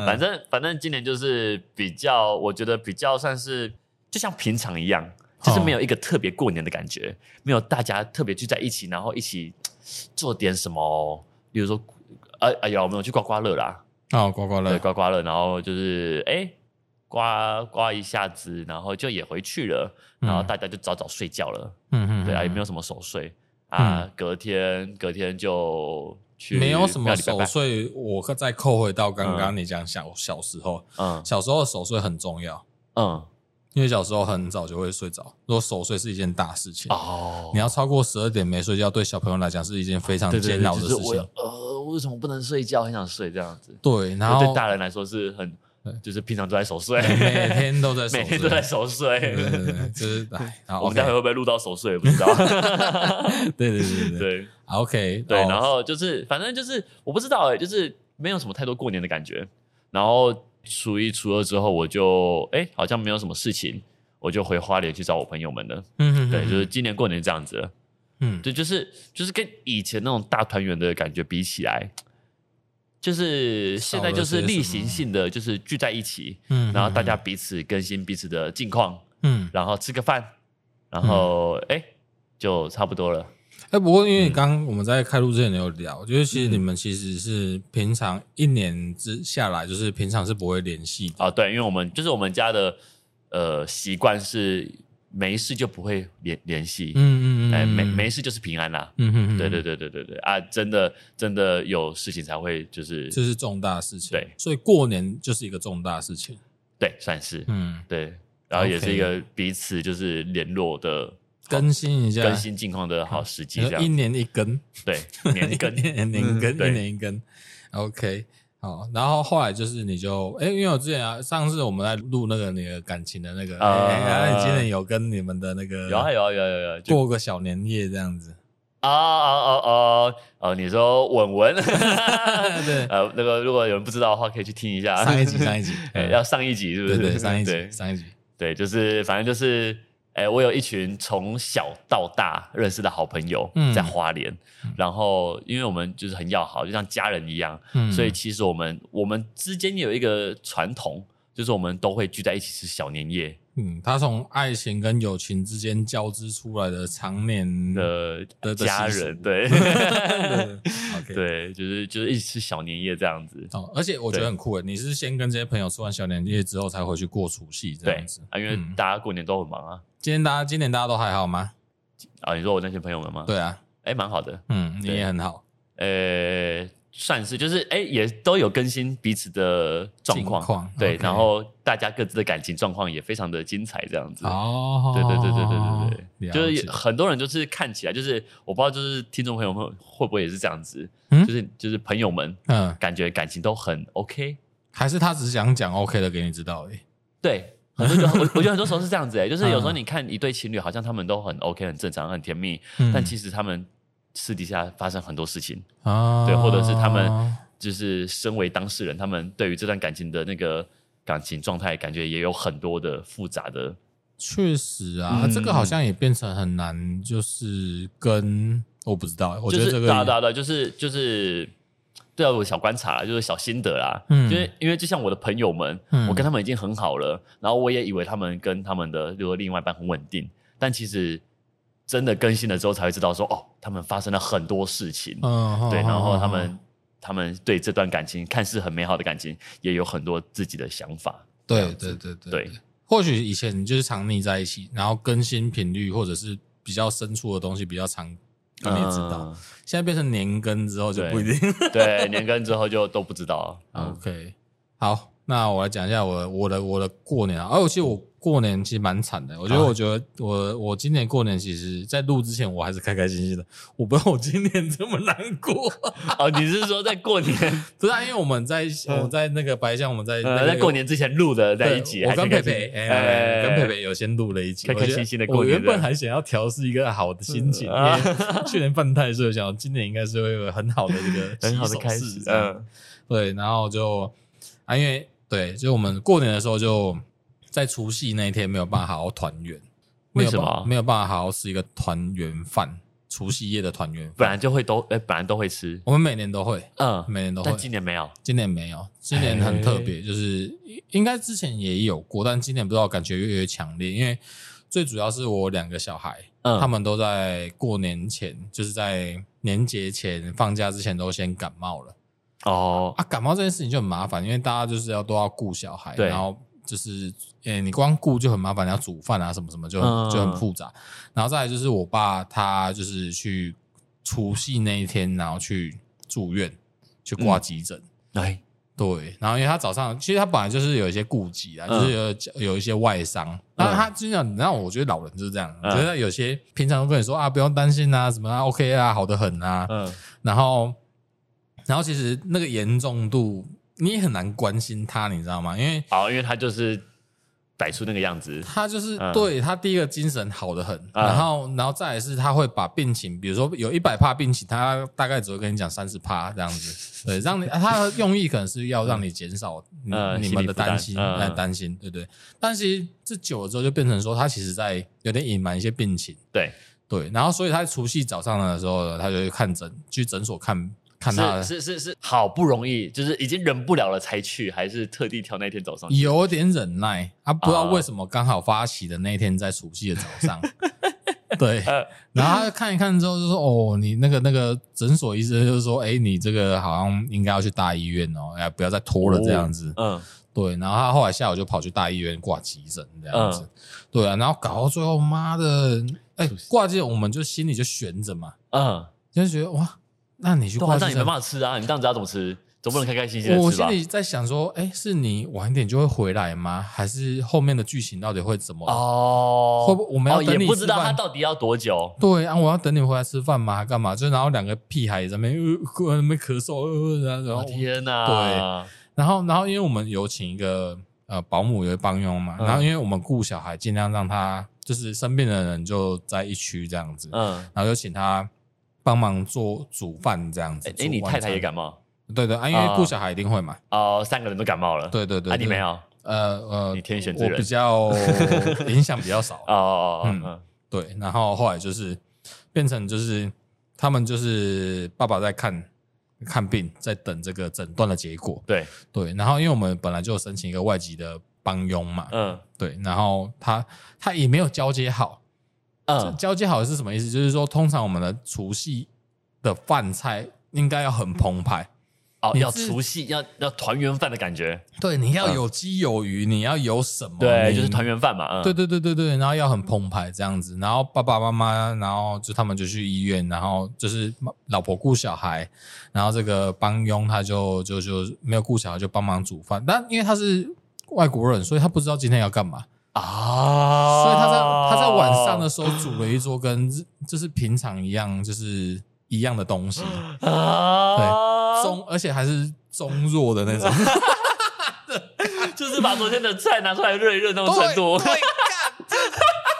反正反正今年就是比较，我觉得比较算是就像平常一样，哦就是没有一个特别过年的感觉，没有大家特别聚在一起，然后一起嘖做点什么，比如说，呃，哎呀，我们有去刮刮乐啦， [laughs] 哦，刮刮对，乐，刮刮乐，然后就是哎、刮刮一下子，然后就也回去了，然后嗯大家就早早睡觉了，嗯嗯，对啊，也没有有什么守岁啊，隔天隔天就。去没有什么庙里拜嗯守拜岁，我再扣回到刚刚你讲小小时候，嗯小时候的守岁很重要，嗯因为小时候很早就会睡着，如果守岁是一件大事情，哦，你要超过十二点没睡觉，对小朋友来讲是一件非常对对煎对，熬的就是事我情。呃，为什么不能睡觉？很想睡这样子。对，然然后后对大人来说是很，就是平常都在守岁，每天都在守每岁 [laughs] 天都在守对对岁。对对，就是哎，好我们待会 OK 会不会录到守岁也不知道。 [laughs] 对对对对对对好，OK，对，哦然后就是反正就是我不知道哎，就是没有什么太多过年的感觉。然后初一、初二之后，我就哎好像没有什么事情，我就回花莲去找我朋友们了。嗯，对，就是是今年过年这样子了。嗯，对，就是就是跟以前那种大团圆的感觉比起来，就是现在就是例行性的，就是聚在一起，嗯然后大家彼此更新彼此的近况，嗯，然后吃个饭，然后哎、就差不多了。哎，不过因为刚刚我们在开录之前有聊，就是其实你们其实是平常一年之下来，就是平常是不会联系的。啊，对，因为我们就是我们家的呃习惯是没事就不会联联系，嗯嗯嗯，哎、没没，事就是平安啦。嗯嗯嗯，对对，对对对对啊！真的真的有事情才会就是这是重大事情。对，所以过年就是一个重大事情。对，算是嗯，对，然后也是 OK 一个彼此就是联络的更新一下，更新近况的好时机，你这说一样年一根， [laughs] 对， [laughs] 年更一年一根，嗯一对年一根。OK，好，然后后来就是你就哎，因为我之前啊，上次我们在录那个你的感情的那个，啊哎，然后你今年有跟你们的那个有啊有啊有啊有啊，就过个小年夜这样子。啊啊啊啊哦，你说稳文， [laughs] 对呃，那个如果有人不知道的话，可以去听一下，上一集，上一集啊 [laughs] 嗯哎要上一集是不对是？ [laughs] 对上一集对上一集，对，就是反正就是。哎，我有一群从小到大认识的好朋友嗯，在花莲，然后因为我们就是很要好，就像家人一样，嗯所以其实我们我们之间有一个传统，就是我们都会聚在一起吃小年夜嗯，他从爱情跟友情之间交织出来的常年 [laughs] 的嗯的的家习俗 [laughs] 人，对 [laughs] ，OK，对，就是就是一起吃小年夜这样子，哦，而且我觉得很酷诶，你是先跟这些朋友吃完小年夜之后才回去过除夕这对样子。啊，因为嗯大家过年都很忙啊。今天大家今年大家都还好吗？啊，你说我那些朋友们吗？，对啊，哎，蛮好的，嗯，你对也很好，呃，算是就是哎，也都有更新彼此的状近况，况对， OK 然后大家各自的感情状况也非常的精彩，这样子。哦，对对对对对对对，了就是解有很多人就是看起来就是我不知道，就是听众朋友们会不会也是这样子，嗯就是就是朋友们嗯，感觉感情都很 OK，还是他只是想讲 OK 的给你知道而已。 [laughs] 对。很多就我我觉得很多时候是这样子哎、就是有时候你看一对情侣，好像他们都很 OK，很正常，很甜蜜，嗯但其实他们私底下发生很多事情，啊，对或者是他们就是身为当事人，他们对于这段感情的那个感情状态，感觉也有很多的复杂的，确实啊，嗯这个好像也变成很难，就是跟我不知道欸，我觉就得是这个对啊对啊对啊，就是就是对啊，我小观察啦，就是小心得啦，嗯就是因为就像我的朋友们，嗯我跟他们已经很好了，然后我也以为他们跟他们的比如说另外一半很稳定，但其实真的更新了之后才会知道说哦，他们发生了很多事情，嗯，对，嗯然后他嗯嗯们。他们对这段感情看似很美好的感情，也有很多自己的想法。这对样子对对对对，或许以前你就是常腻在一起，然后更新频率或者是比较深处的东西比较常你也知道，现在变成年更之后就不一定。嗯。对，年更之后就都不知道了。嗯 OK，好，那我来讲一下我的我的我的过年啊，而、其且我过年其实蛮惨的，我觉得啊我觉得我我今年过年其实，在录之前我还是开开心心的，我不知道我今年这么难过。 [laughs] 哦，你是说在过年，不是、啊，因为我们在我们在那个白象，我们在、那呃，个嗯在过年之前录的那对一集？我还跟开佩心佩，哎，跟佩佩有先录了一集，开开我觉得心心地过我年原这本样还想要调试一个好的心情，嗯啊因为去年犯太岁，我想今年应该是会有很好的一个 [laughs] 很好起手的开式始。这样嗯，对，然后就啊，因为对，就我们过年的时候就在除夕那一天没有办法好好团圆，没为有什办么没有办法好好吃一个团圆饭？除夕夜的团圆本饭，来就会都，哎，本来都会吃。我们每年都会，嗯，每年都会但。今年没有。今年没有，今年很特别，就是应应该之前也有过，但今年不知道感觉越来越强烈，因为最主要是我两个小孩，嗯，他们都在过年前，就是在年节前放假之前都先感冒了哦，啊。感冒这件事情就很麻烦，因为大家就是要都要顾小孩，对然后就是诶、你光顾就很麻烦，你要煮饭啊什么什么就很、嗯就很复杂。然后再来就是我爸他就是去除夕那一天，然后去。住院，去嗯挂急诊。哎，对，然后因为他早上其实他本来就是有一些顾忌啊，嗯就是有有一些外伤。然后他就像你知道，我觉得老人就是这样，嗯觉得有些平常都跟你说啊，不用担心啊，什么啊，OK 啊，好的很啊。嗯，然后，然后其实那个严重度你也很难关心他，你知道吗？因为好，因为他就是摆出那个样子，他就是、嗯对他第一个精神好的很，然后然后再来是他会把病情，比如说有一百帕病情，他大概只会跟你讲三十帕这样 [laughs] 子，对，让你他的用意可能是要让你减少你,、嗯你心们理的负担担心，嗯来担心，对对。但其实这久了之后就变成说，他其实在有点隐瞒一些病情，对，对，然后所以他除夕早上的时候呢，他就去看诊，去诊所看看他的是是是是，好不容易就是已经忍不了了才去，还是特地挑那天早上去？有点忍耐，啊，不知道啊为什么刚好发起的那一天在除夕的早 [laughs] 上，对呃，然后他看一看之后就说：“哦，你那个那个诊所医生就是说，哎，你这个好像应该要去大医院哦，哎，不要再拖了这样子。嗯，对，然后他后来下午就跑去大医院挂急诊这样嗯子，对啊，然后搞到最后，妈的，哎，挂急诊我们就心里就悬着嘛，嗯，就觉得哇，那你去对啊挂，急那你没诊。办法吃啊，你这样子要怎么吃？总不能开开心心的我吃吧心？里在想说，哎，是你晚一点就会回来吗？还是后面的剧情到底会怎么？哦，会不我们要哦等也你不知道吃饭他到底要多久？对啊，我要等你回来吃饭嘛，还干嘛？就然后两个屁孩在那边呃呃在那边咳嗽，呃然后然哦后天哪！然后然后因为我们有请一个呃保姆，有一帮佣嘛，嗯然后因为我们雇小孩，尽量让他就是生病的人就在一区这样子，嗯，然后就请他帮忙做煮饭这样子。哎哎，你煮晚太餐太也？感冒？对对啊，因为啊雇小孩一定会嘛。哦，三个人都感冒了。对对对，啊，你对没？有？呃呃，你天选之我人比较 [laughs] 影响比较少哦哦哦，嗯嗯对，然后后来就是变成就是他们就是爸爸在看看病，在等这个诊断的结果。对，对，然后因为我们本来就有申请一个外籍的帮佣嘛，嗯对，然后他他也没有交接好。嗯，交接好是什么意思？就是说，通常我们的除夕的饭菜应该要很澎湃，哦，你要自除夕，要要团圆饭的感觉，对，你要有鸡有鱼，你要有什么？嗯对，哦你就是团圆饭嘛，嗯，对对对对对，然后要很澎湃这样子，然后爸爸妈妈，然后就他们就去医院，然后就是老婆顾小孩，然后这个帮佣他就就就没有顾小孩，就帮忙煮饭。但因为他是外国人，所以他不知道今天要干嘛，啊，所以他在他在晚上的时候煮了一桌跟就是平常一样，就是一样的东西，嗯啊，中而且还是中弱的那种。 [laughs] 就是把昨天的菜拿出来热一热那种程度，对，对 [laughs]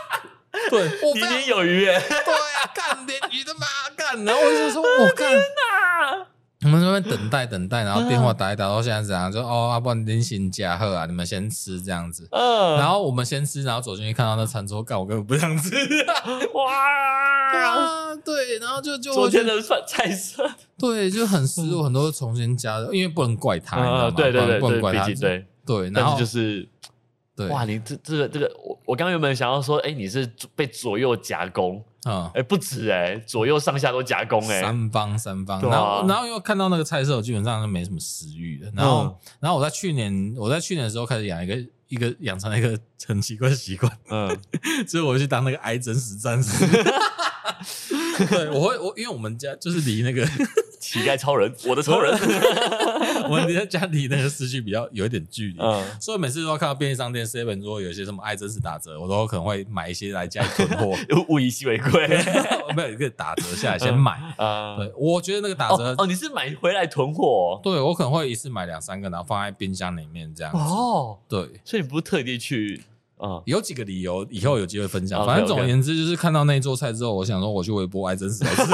干对，我非年常年有余 [laughs] 耶！对啊，干连鱼的妈干，然后我就说，我干，我们这边等待等待，然后电话打一打到现在是怎样，就哦，要、不然您先加贺啊，你们先吃这样子。嗯，然后我们先吃，然后走进去看到那餐桌，干我根本不想 [laughs] 吃啊！哇，啊对，然后就就昨天的饭菜色，对，就很失落，很多重新加的，因为不能怪他，你知道吗？嗯， [laughs] 对对对不能不对，能怪毕他，竟对，对，然但后是就是对，哇，你这这个这个，我我刚原本想要说，哎，你是被左右夹攻，嗯，哎，不止哎，左右上下都夹攻哎，三方三方，对啊然后然后又看到那个菜色，我基本上就没什么食欲了。然后、嗯然后我在去年我在去年的时候开始养一个一个养成了一个很奇怪的习惯，嗯所以我去当那个癌症实战 [laughs] 士。对，我会我因为我们家就是离那 [laughs] 个乞丐超人，我的超 [laughs] 人，我们家离那个市区比较有一点距离。嗯，所以每次都要看到便利商店 seven 如果有一些什么爱真实打折，我都可能会买一些来家里囤 [laughs] 货，物以稀为贵没有一个打折下来先买。啊。对，我觉得那个打折哦哦，你是买回来囤货对，我可能会一次买两三个，然后放在冰箱里面这样哦子。哦，对，所以你不是特地去啊？有几个理由，以后有机会分享。 OK，反正总而 OK 言之，就是看到那一桌菜之后，我想说我去微波爱真实来吃。天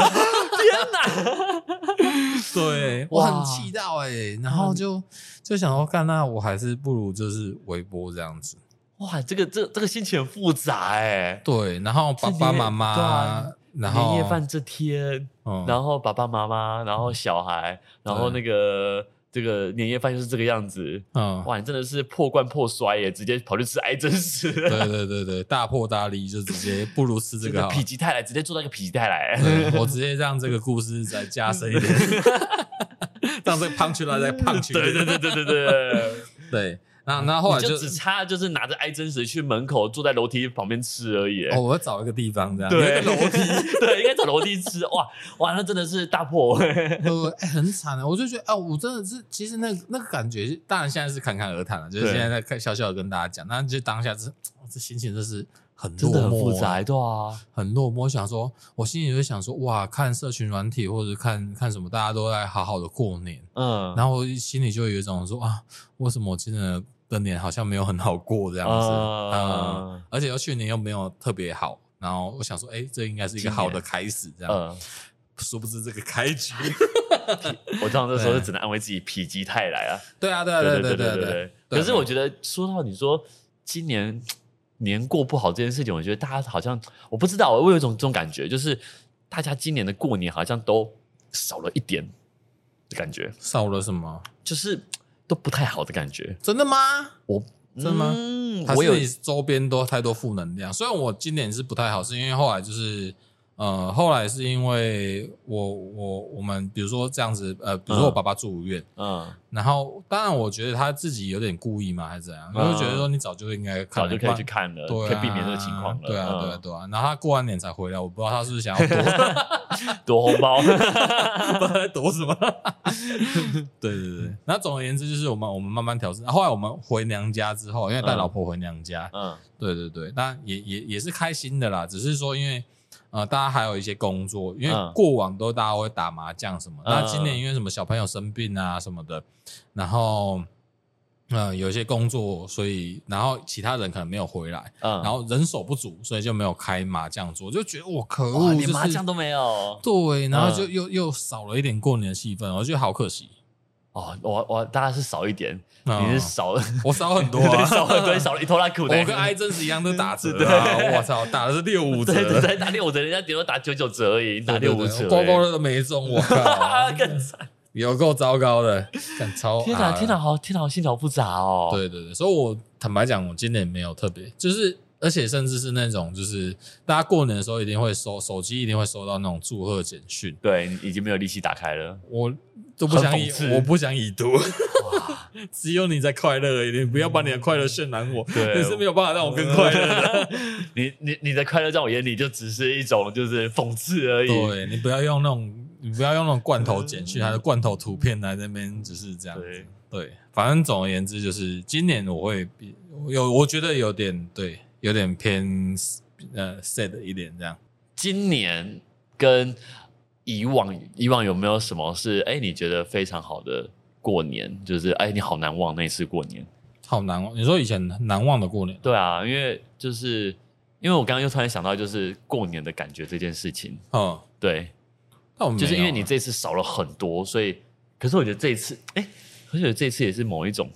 哪！ [laughs] 对，我哇很气到哎、然后就就想说，干那我还是不如就是微波这样子。哇，这个这这个心情很复杂哎、对，然后爸是爸你妈妈，对啊然后年夜饭这天，嗯，然后爸爸妈妈，然后小孩，然后那个这个年夜饭就是这个样子。嗯，哇，你真的是破罐破摔耶，直接跑去吃癌症食，对对对对，大破大立，就直接不如吃这这个 [laughs] 个好了否。极泰来，直接做到一个否极泰来。对我直接让这个故事再加深 [laughs] [laughs] 一点，让这个胖去了再胖去。对对对对对对，对，那那 [laughs] 后来你就就只差就是拿着爱真实去门口坐在楼梯旁边吃而已。哦，我要找一个地方这样，有对，一个楼梯，梯， [laughs] 对，应该找楼梯吃。哇哇，那真的是大破。 [laughs] 呃，哎很惨的，我就觉得啊，我真的是，其实那个那个感觉，当然现在是侃侃而谈了，就是对现在在看笑笑地跟大家讲，但就当下是哦这心情真是很真落的很寞复啊，杂，对啊，很落寞。我想说，我心里就想说，哇，看社群软体或者看看什么，大家都在好好的过年，嗯，然后我心里就有一种说啊，为什么我今年的的年好像没有很好过这样子啊、嗯嗯而且又去年又没有特别好，然后我想说，哎、这应该是一个好的开始，这样，嗯，殊不知这个开局。我当时那时候就只能安慰自己，否极泰来啊。对啊，对啊，对对对对对对。可是我觉得说到你说今年年过不好这件事情，我觉得大家好像我不知道，我有一种这种感觉，就是大家今年的过年好像都少了一点的感觉，少了什么？就是都不太好的感觉。真的吗？我真的吗嗯还我有是你周边都太多负能量？虽然我今年是不太好，是因为后来就是。呃，后来是因为我我我们比如说这样子，呃，比如说我嗯爸爸住院，嗯，然后，当然，我觉得他自己有点故意嘛，还是怎样？嗯我就觉得说，你早就应该看早了，就可以去看了，不然对可以啊避免这个情况了。对啊，嗯对啊，对啊。然后他过完年才回来，我不知道他是不是想要躲躲 [laughs] 红包。躲 [laughs] 什么。对对对。那总而言之，就是我们我们慢慢调整。后来我们回娘家之后，因为带嗯老婆回娘家，嗯对对对，那也也也是开心的啦。只是说，因为呃，大家还有一些工作，因为嗯过往都大家会打麻将什么，嗯那今年因为什么小朋友生病啊什么的，然后呃有一些工作，所以然后其他人可能没有回来，嗯，然后人手不足，所以就没有开麻将桌，就觉得我可哇，恶，连哦就是麻将都没有。对，然后就嗯又、又少了一点过年的气氛，我觉得好可惜。哦，我我大家是少一点，嗯你是 [laughs] 少了，我少很多、对，啊，少了，对，少了一头拉苦 [laughs] 的。我跟癌症是一样都打折啊！我操，打的是六五折，对对对，打六五折，人家顶多打九九折而已，你打对六对五对折而已，欸哎勾 [laughs] 勾的都没中，我靠，更惨！有够糟糕的，干超啊天啊哪，天哪，！好天哪，好心潮复杂哦。，对对对，所以我坦白讲，我今年没有特别，就是而且甚至是那种，就是大家过年的时候一定会收手机，一定会收到那种祝贺简讯，对，你已经没有力气打开 [laughs] 了。我都不想很已讽刺我不想已读， [laughs] 只有你在快乐而已，你不要把你的快乐渲染我，对你是没有办法让我更快乐 [laughs] 的。你你你的快乐在我眼里就只是一种就是讽刺而已。对你不要用那种，你不要用那种罐头简讯，还是罐头图片来那边，只是这样子。嗯对对，反正总而言之，就是今年我会比有，我觉得有点对，有点偏呃 sad 一点这样。今年跟以往以往有没有什么是哎你觉得非常好的过年？就是哎你好难忘那一次过年。好难哦忘，你说以前难忘的过年，对啊，因为就是因为我刚刚又突然想到就是过年的感觉这件事情。嗯，对，但我没有啊就是因为你这次少了很多，所以可是我觉得这一次，哎、可是我觉得这一次也是某一种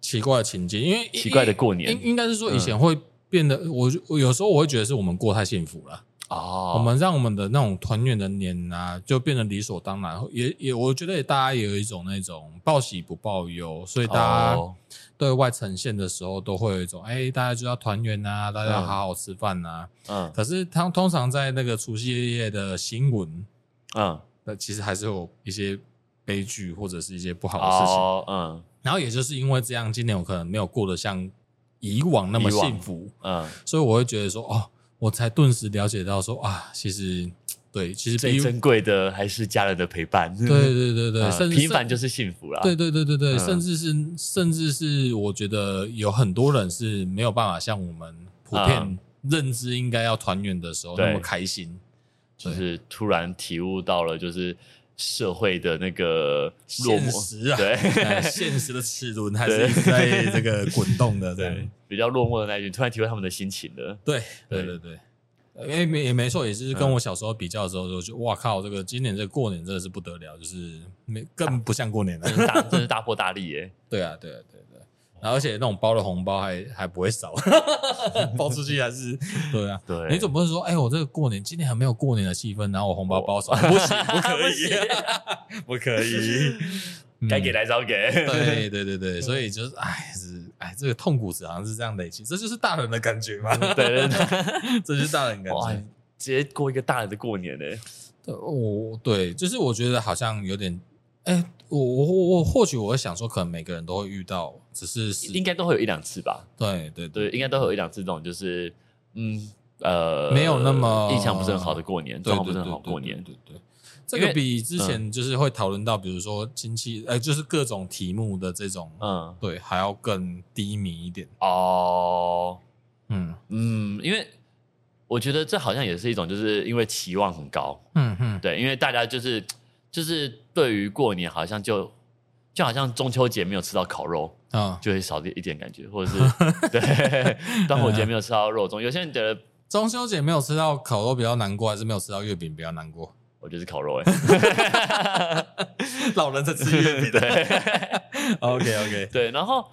奇怪的情境，因为奇怪的过年嗯应应该是说以前会变得，我我有时候我会觉得是我们过太幸福了。哦，我们让我们的那种团圆的年啊，就变得理所当然，也也我觉得也大家也有一种那种报喜不报忧，所以大家哦对外呈现的时候都会有一种，哎、大家就要团圆啊，大家嗯好好吃饭啊。嗯可是他通常在那个除夕夜的新闻，嗯那其实还是有一些悲剧或者是一些不好的事情。哦嗯然后也就是因为这样，今年我可能没有过得像以往那么以往幸福，嗯，所以我会觉得说，哦，我才顿时了解到说啊，其实对，其实最比珍贵的还是家人的陪伴，对对对对对，嗯、甚至平凡就是幸福啦，对对对对对，嗯甚至是甚至是我觉得有很多人是没有办法像我们普遍嗯认知应该要团圆的时候对那么开心。就是突然体悟到了就是社会的那个落现寞，实啊，对哎 [laughs] 现实的齿轮还是一直在这个滚动 [laughs] 的，这对样。，比较落寞的那一句，突然体会他们的心情了，对对嗯对对对。呃也没也没错，也是跟我小时候比较的时候，我就哇靠，这个今年这个过年真的是不得了，就是没更不像过年了真。是大真是大破大立耶， [laughs] 对啊，对啊，对啊对啊。然后而且那种包的红包还还不会少， [laughs] 包出去还是 [laughs] 对啊。对，你总不能说，哎、我这个过年今年还没有过年的气氛，然后我红包包少，不行，不 [laughs] 可以，不可以， [laughs] 嗯该给来早给， [laughs] 对对对对，所以就是哎是哎，这个痛苦值好像是这样累积，这就是大人的感觉嘛，对 [laughs] 对对。这就是大人的哇，感觉你。直接过一个大人的过年呢、对我哦对，就是我觉得好像有点，哎、我我我或许我会想说，可能每个人都会遇到只是是应该都会有一两次吧？对对对对，应该都会有一两次这种，就是嗯呃，没有那么印象不是很好的过年，对状对对况不是很对好过年。对对对。这因个为嗯比之前就是会讨论到，比如说亲戚，呃，就是各种题目的这种，嗯，对，还要更低迷一点。哦，嗯嗯，因为我觉得这好像也是一种，就是因为期望很高，嗯嗯，对，因为大家就是就是对于过年好像就就好像中秋节没有吃到烤肉，啊，就会少一点感觉，或 [laughs] 者是对端午节没有吃到肉啊粽，有些人觉得中秋节没有吃到烤肉比较难过，还是没有吃到月饼比较难过？我觉得是烤肉 [laughs] 哎、老人在吃月欸， [laughs] 饼。对 OK OK，对，然后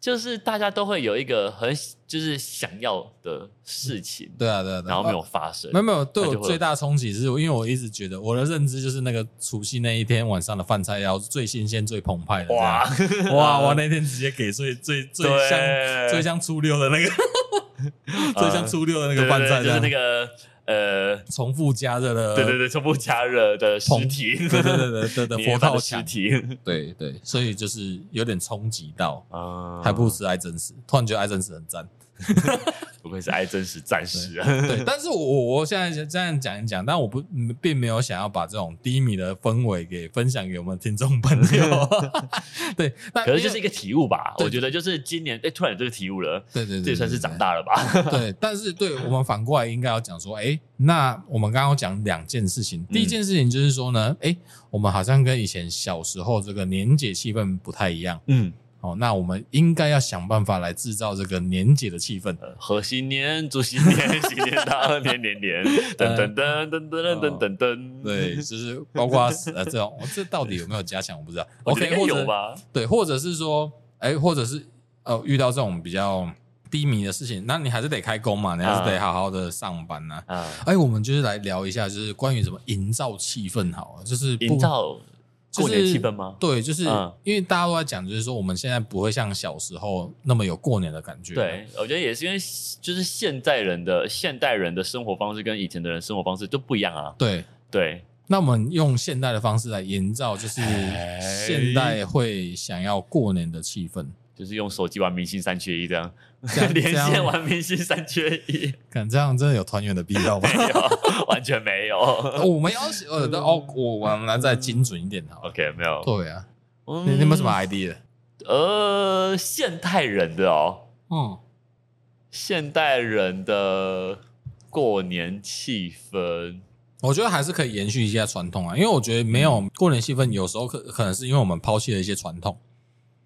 就是大家都会有一个很就是想要的事情，对啊对啊，对啊然后没有发生没，有没有，对那我就会最大冲击是，因为我一直觉得我的认知就是那个除夕那一天晚上的饭菜要最新鲜、最澎湃的这样。哇！哇我那天直接给最最最对像最像初六的那个， [laughs] 最像初六的那个饭菜呃对对对这就样，是那个呃。重复加热的，对对对，全部加热的尸体，呃对 [laughs] 对对对对的年夜佛饭跳的尸墙， [laughs] 体，对对，所以就是有点冲击到，啊还不如吃爱真实。突然觉得爱真实很赞，不愧是爱真实战士啊， [laughs] 对。但是我我我现在这样讲一讲，但我不嗯并没有想要把这种低迷的氛围给分享给我们听众朋 [laughs] 友，对。但可是就是一因为个体悟吧，对我觉得就是今年哎，突然有这个体悟了，对对对，这也算是对长大了吧？对，但是对我们反过来应该要讲说，哎、那我们刚刚讲两件事情，第一嗯件事情就是说呢，哎、我们好像跟以前小时候这个年节气氛不太一样嗯，哦，那我们应该要想办法来制造这个年节的气氛。 [laughs] 呃贺新年，祝新年，新年到，年 [laughs] 年年，噔噔噔噔噔噔噔噔噔，呃哦对，就是包括呃这种，哦这到底有没有加强我不知道。我 OK，觉得应或该有啊者吧？对，或者是说，哎、或者是呃遇到这种比较低迷的事情，那你还是得开工嘛，你还是得啊好好的上班呐、啊，哎，我们就是来聊一下，就是关于怎么营造气氛好了，就是不营造过年气氛吗？对，就是、嗯因为大家都在讲，就是说我们现在不会像小时候那么有过年的感觉。对，我觉得也是因为就是现在人的现代人的生活方式跟以前的人生活方式都不一样啊。对，对，那我们用现代的方式来营造，就是哎现代会想要过年的气氛。就是用手机玩明星三缺一这样，这样 [laughs] 连这线样玩明星三缺一，看这样真的有团圆的必要吗没？有，完全没有。 [laughs] 我们要呃哦，我我们来再精准一点好了。 OK，没有。对啊，嗯你你有没有什么 idea？呃，现代人的哦，嗯，现代人的过年气氛，我觉得还是可以延续一下传统啊，因为我觉得没有过年气氛，有时候可可能是因为我们抛弃了一些传统，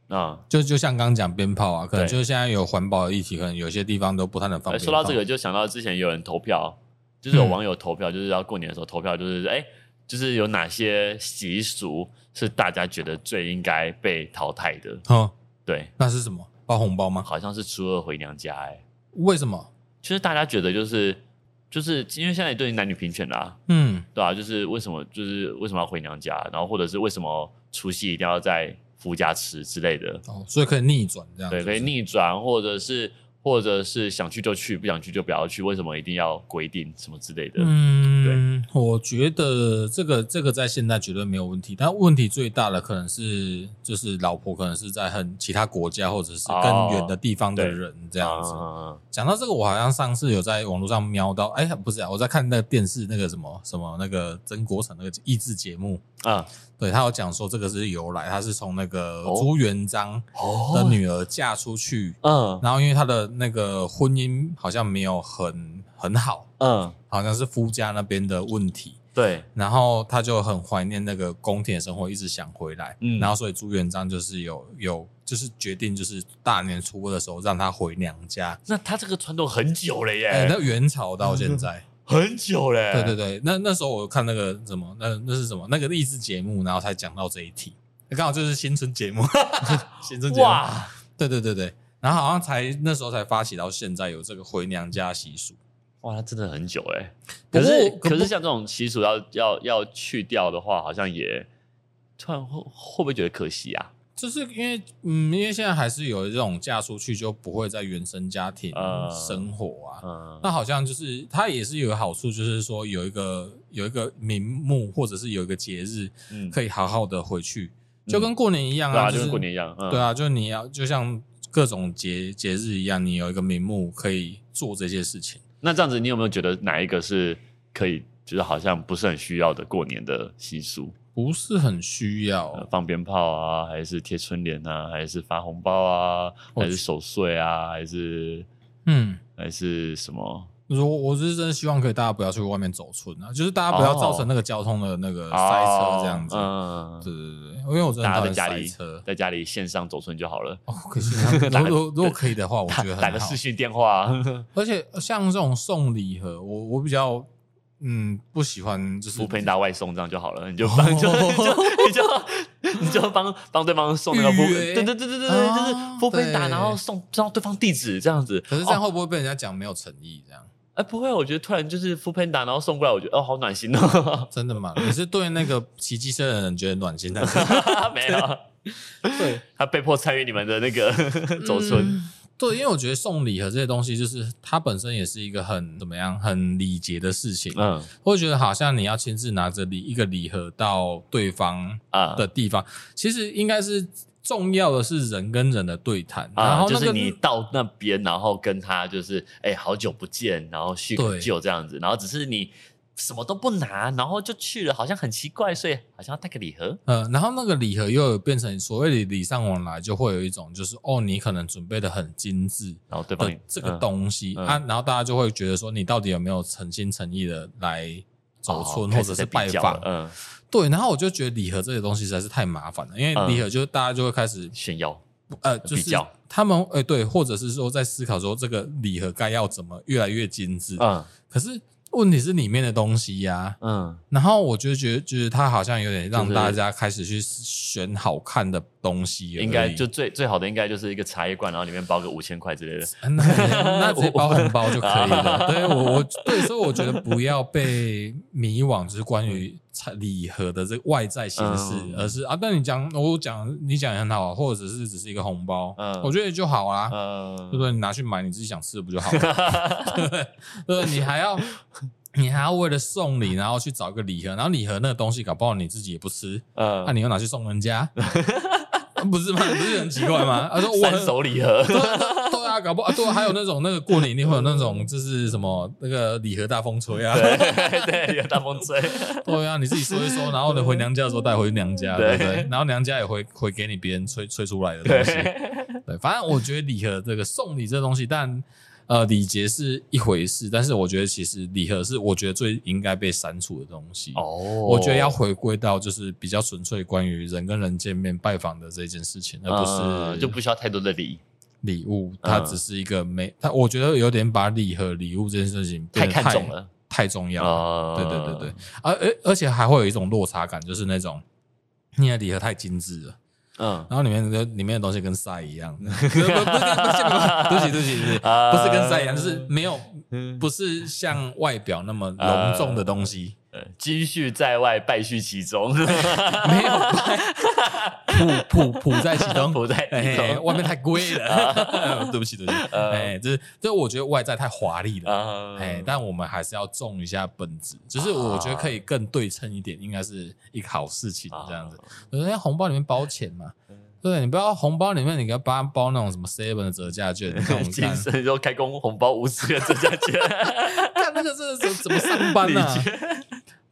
啊，就就像刚刚讲鞭炮啊，可能对就是现在有环保的议题，可能有些地方都不太能放呃鞭炮。说到这个，就想到之前有人投票，就是有嗯网友投票，就是要过年的时候投票，就是哎，就是有哪些习俗是大家觉得最应该被淘汰的？嗯，对，那是什么？包红包吗？好像是初二回娘家，哎，为什么？就是大家觉得就是就是因为现在也对男女平权啦、嗯，对啊，就是为什么就是为什么要回娘家，然后或者是为什么除夕一定要在夫家吃之类的，哦，所以可以逆转这样。对，可以。逆转，或者是或者是想去就去，不想去就不要去，为什么一定要规定什么之类的？嗯，我觉得这个这个在现在绝对没有问题，但问题最大的可能是就是老婆可能是在很其他国家或者是更远的地方的哦对人这样子。啊讲到这个，我好像上次有在网络上瞄到，哎，不是啊，我在看那个电视那个什么什么那个曾国成那个益智节目，啊对他有讲说这个是由来，他是从那个哦朱元璋的哦，女儿嫁出去，嗯然后因为他的那个婚姻好像没有很很好，嗯，好像是夫家那边的问题，对，然后他就很怀念那个宫廷的生活，一直想回来，嗯然后所以朱元璋就是有有就是决定就是大年初二的时候让他回娘家，那他这个传统很久了耶，哎、那元朝到现 [laughs] 在，很久嘞，对对对，那那时候我看那个什么，那那是什么？那个励志节目，然后才讲到这一题，刚好就是新春节目， [laughs] 新春节目，哇，对对对对，然后好像才那时候才发起到现在有这个回娘家习俗，哇，那真的很久哎。不可过是可不可是像这种习俗要要要去掉的话，好像也突然会会不会觉得可惜啊？就是因为嗯，因为现在还是有这种嫁出去就不会在原生家庭呃生活啊。嗯，那好像就是它也是有好处，就是说有一个有一个名目，或者是有一个节日嗯可以好好的回去，就跟过年一样对啊，啊，就就是跟过年一样，嗯对，啊，就你要就像各种节节日一样，你有一个名目可以做这些事情。那这样子，你有没有觉得哪一个是可以，就是好像不是很需要的过年的习俗？不是很需呃要，放鞭炮啊，还是贴春联啊，还是发红包啊，我还是守岁啊，还是嗯，还是什么如果嗯我是真的希望可以大家不要去外面走村啊，就是大家不要造成那个交通的那个塞车这样子。哦啊嗯，对对对，因为我真的大很家讨在厌家塞里 [laughs] 车。在家里线上走村就好了，哦，可是他们 [laughs] 打如个果如果可以的话，我觉得打很个好视。讯电话，而且像这种送礼盒，我我比较嗯不喜欢，就是扶贫打外送这样就好了，你就哦帮就 [laughs] [laughs] 你就你就你就帮帮对方送那个预扶，约对对对对对，对就是啊扶贫打，对然后送送到对方地址这样子。可是这样会不会被人家讲没有诚意？这样哎，不会，我觉得突然就是扶贫打，然后送过来，我觉得哦，好暖心哦， [laughs] 真的吗？你是对那个骑机车的人觉得暖心，但是没有，啊对他被迫参与你们的那个走村，嗯对，因为我觉得送礼盒这些东西，就是它本身也是一个很怎么样、很礼节的事情。嗯我会觉得好像你要亲自拿着礼一个礼盒到对方啊的地方，其实应该是重要的是人跟人的对谈，然啊，后就那是个你到那边，然后跟他就是哎，好久不见，然后叙个对旧这样子，然后只是你什么都不拿，然后就去了，好像很奇怪，所以好像要带个礼盒。呃，然后那个礼盒又有变成所谓的礼尚往来，就会有一种就是哦，你可能准备的很精致然后对方的也这个嗯东西、嗯啊，然后大家就会觉得说你到底有没有诚心诚意的来走哦村、开或始者在是比拜较访了，嗯，对，然后我就觉得礼盒这些东西实在是太麻烦了，因为嗯礼盒就是大家就会开始炫耀呃，就比是较他们哎、对，或者是说在思考说这个礼盒该要怎么越来越精致，嗯可是问题是里面的东西呀、嗯，然后我就觉得觉得它好像有点让就是大家开始去选好看的东西而已，应该就最最好的应该就是一个茶叶罐，然后里面包个五千块之类的。 [laughs] 那那直接包红包就可以 [laughs] 了。对我我对，所以我觉得不要被迷惘，就是关于彩礼盒的这个外在形式，嗯而是啊，但你讲我讲你讲也很好啊，或者是只是一个红包，嗯我觉得就好啊，嗯，对不对？你拿去买你自己想吃的不就好了？ [laughs] 对不对对，你还要。你还要为了送礼，然后去找一个礼盒，然后礼盒那个东西搞不好你自己也不吃，那、嗯，你又拿去送人 [laughs] 家，不是吗？不是很奇怪吗？啊他说我三很手礼盒，对啊对啊，搞不好啊对啊，还有那种那个过年一定会有那种就是什么那个礼盒大风吹啊，对对，有大风 [laughs] 吹，对啊，你自己收一收， [laughs] 然后你回娘家的时候带回娘家，对对不对？然后娘家也会会给你别人吹吹出来的东西，对，对，反正我觉得礼盒这个送礼这东西，但呃礼节是一回事，但是我觉得其实礼盒是我觉得最应该被删除的东西。哦，我觉得要回归到就是比较纯粹关于人跟人见面拜访的这件事情，而不是、嗯就不需要太多的礼，礼物，它嗯只是一个没，它我觉得有点把礼和礼物这件事情太变得看重，了。太重要了。啊对对对对，，而呃而而且还会有一种落差感，就是那种你的礼盒太精致了，嗯，然后里面的里面的东西跟塞一样，不不不是不是不是对不起对不起对不起，啊不是跟塞一样，就是没有嗯不是像外表那么隆重的东 [laughs] 西，呃积蓄在外，败絮其中，没有摆普普普在其中， [laughs] 不在哎、其中外面太贵了， [laughs] 对不起，对不起，哎、就是就是我觉得外在太华丽了，啊哎、但我们还是要重一下本质，就是我觉得可以啊更对称一点，应该是一个好事情这样子。啊人家红包里面包钱嘛，嗯对你不要红包里面你给他包包那种什么 seven 的折价券，那种 [laughs] 精干神就开工红包五十个折价券，干那个真的是怎么上班呢、理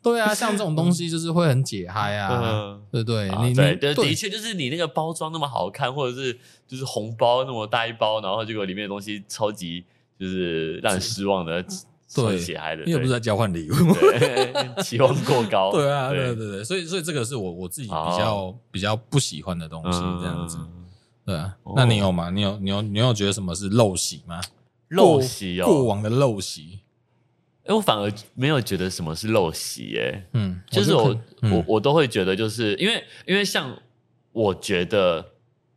对啊，像这种东西就是会很解嗨啊，嗯对不对？啊你对你对，的确就是你那个包装那么好看，或者是就是红包那么大一包，然后结果里面的东西超级就是让人失望的，超级血嗨的，你也不是对在交换礼物。对期望过高，对啊，对对对，所以所以这个是我我自己比较、比较不喜欢的东西，这样子。嗯对啊，哦那你有吗？你有你有你有觉得什么是陋习吗？陋习哦，过往的陋习，哎，我反而没有觉得什么是陋习，哎，嗯，就是我看嗯我我都会觉得，就是因为因为像我觉得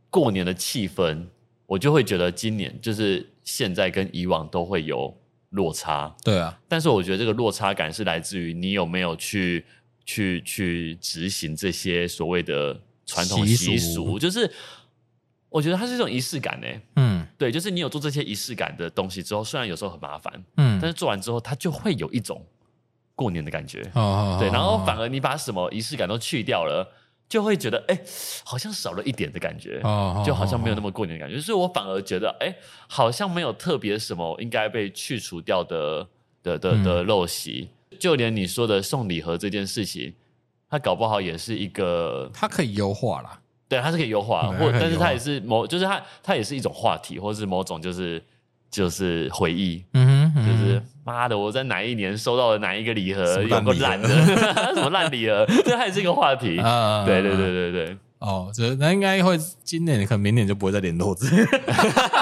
过年的气氛，我就会觉得今年就是现在跟以往都会有落差，对啊，但是我觉得这个落差感是来自于你有没有去去去执行这些所谓的传统习习俗俗，就是我觉得它是一种仪式感呢、嗯对，就是你有做这些仪式感的东西之后，虽然有时候很麻烦，嗯，但是做完之后，它就会有一种过年的感觉。哦哦，对，然后反而而你把什么仪式感都去掉了，就会觉得哎、好像少了一点的感觉。哦就好像没有那么么过年的感觉，所以我反而觉得，哎、好像没有特别什么应该被去除掉的的嗯的的陋习。就连你说的送礼盒这件事情，它搞不好也是一个，它可以优化啦。对，它是可以优化，对或嗯它可以但是优它化也是某，就是它它也是一种话题，或是某种就是就是回忆。嗯哼，就是妈的，我在哪一年收到了哪一个礼盒，什么有烂个礼盒烂的， [laughs] 什么烂礼盒，这还是一个话题。啊对对对对对，哦，这那应该会今年，可能明年就不会再联络这。 [laughs]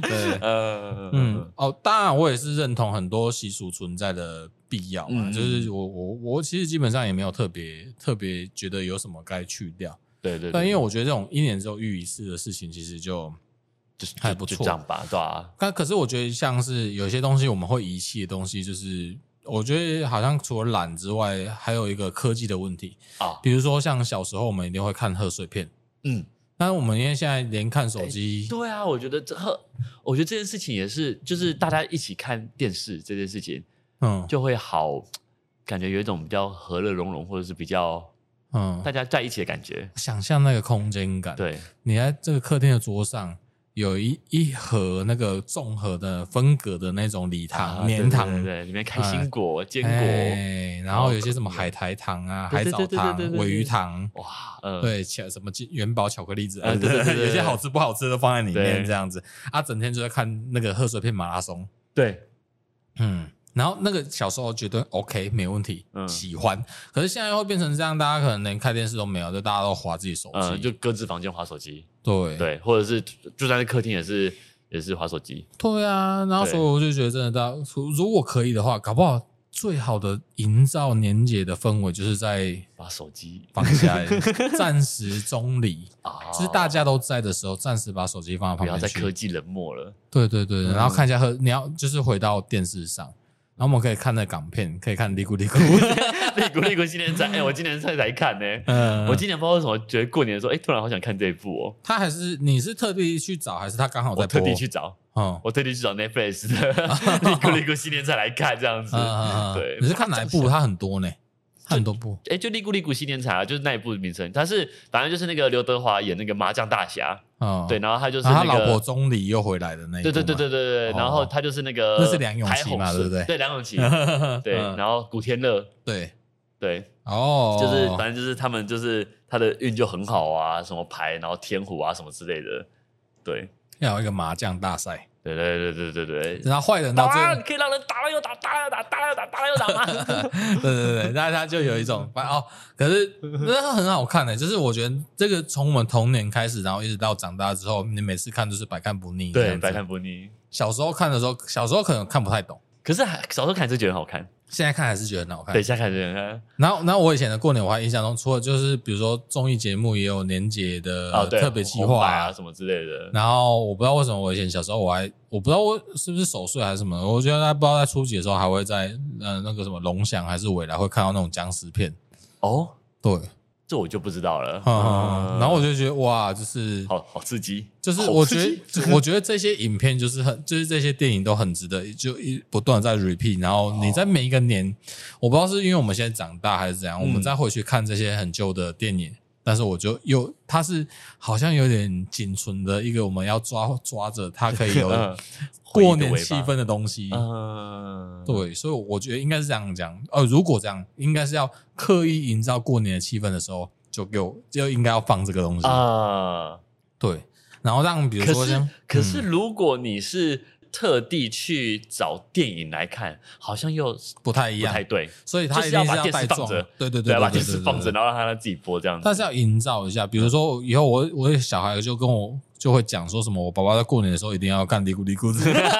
对，呃，嗯，哦，当然我也是认同很多习俗存在的必要嘛，嗯就是我我我其实基本上也没有特别特别觉得有什么该去掉，对对对，但因为我觉得这种一年之后遇一次的事情，其实就就是还不就错这样吧，对吧、啊？但可是我觉得像是有些东西我们会遗弃的东西，就是我觉得好像除了懒之外，还有一个科技的问题。啊，比如说像小时候我们一定会看贺岁片，嗯，但是我们因为现在连看手机，对啊，我觉得这和我觉得这件事情也是，就是大家一起看电视这件事情，嗯就会好，感觉有一种比较和乐融融，或者是比较嗯大，家在一起的感觉。想象那个空间感。，对，你在这个客厅的桌上有一一盒那个综合的分隔的那种礼啊堂、绵糖，对对对，里面开心果、坚果，嗯哎，然后有些什么海苔糖啊、对海对对藻对对糖对对、对尾鱼糖。哇，嗯，对，巧什么金元宝巧克力之类啊的，对对对对有些好吃不好吃都放在里对面这样子。啊，整天就在看那个贺岁片马拉松，对嗯，然后那个小时候觉得 OK 没问题，嗯喜欢，可是现在会变成这样，大家可能连看电视都没有，就大家都划自己手机，嗯，就各自房间划手机，对对，或者是就算是客厅也是也是划手机，对啊，然后对所以我就觉得真的大家，如如果可以的话，搞不好最好的营造年节的氛围就是在把手机放下 [laughs] 来，暂时中离，啊，就是大家都在的时候，暂时把手机放不在要旁再边去科，技冷漠了。 [laughs] 对对对，嗯然后看一下和你要就是回到电视上，然后我们可以看那港片，可以看《嘀咕嘀咕》利古利古今年在，哎、我今年才来看呢、 [laughs] 嗯，我今年不知道为什么觉得过年的时候，哎、突然好想看这一部哦。他还是你是特地去找，还是他刚好在播？我特地去找，嗯，我特地去找 Netflix [laughs] 的《利古利古新年》再来看这样子。嗯嗯嗯，对你是看哪一部？他很多呢，他很多部。哎、就《利古利古新年茶》就是那一部的名称，它是反正就是那个刘德华演那个麻将大侠，嗯，对，，然后他就是然后那他个老婆钟离又回来的那一部对嘛。对对对对对，哦然后他就是那个那是梁咏琪嘛台红对不嗯对对梁咏琪， [laughs] 对对，然后古天乐，对，对，哦，就是反正就是他们就是他的运就很好啊，什么牌，然后天胡啊什么之类的，对。要有一个麻将大赛，对对对对对对，然后坏人到最打，后，可以让人打了又打，打了又打，打了又打，打了又打吗？ [laughs] 对对对，那他就有一种反哦，可是那很好看的，欸就是我觉得这个从我们童年开始，然后一直到长大之后，你每次看就是百看不腻。这对，样子百看。不腻。小时候看的时候，小时候可能看不太懂，可是还小时候看还是觉得很好看，现在看还是觉得很好看对，。现在看还是觉得很好然后，然后我以前的过年我还印象中，除了就是比如说综艺节目也有年节的看。哦，对，呃特别企红划白啊啊，什么之类的。然后我不知道为什么我以前小时候我还我不知道我是不是守岁还是什么，我觉得他不知道在初几的时候还会在呃那个什么龙翔还是未来会看到那种僵尸片，哦，对，这我就不知道了。嗯、然后我就就觉得哇，就是呃好好刺激，就是好我刺觉激 [laughs] 得我觉得这些影片就是很就是这些电影都很值得就一不断的在 repeat，然后你在每一个年，我不知道是因为我们现在长大还是怎样，我嗯们再回去看这些很旧的电影。但是我就又，它是好像有点仅存的一个我们要抓抓着它可以有 [laughs] 嗯过年气，氛的东西回忆的尾。巴嗯，对，所以我觉得应该是这样讲。呃，如果这样，应该是要刻意营造过年的气氛的时候，就给我就应该要放这个东西。啊。对，然后让比如可说是像，嗯可是如果你是特地去找电影来看，好像又不太一不样太，对。所以它就是一要定是把电带视放状着，对对对对，啊，把对电视对放着，对然后让他自己播这样子。 [laughs] 但是要营造一下，比如说以后我我的小孩就跟我就会讲说什么，我爸爸在过年的时候一定要看嘀咕嘀咕之类的，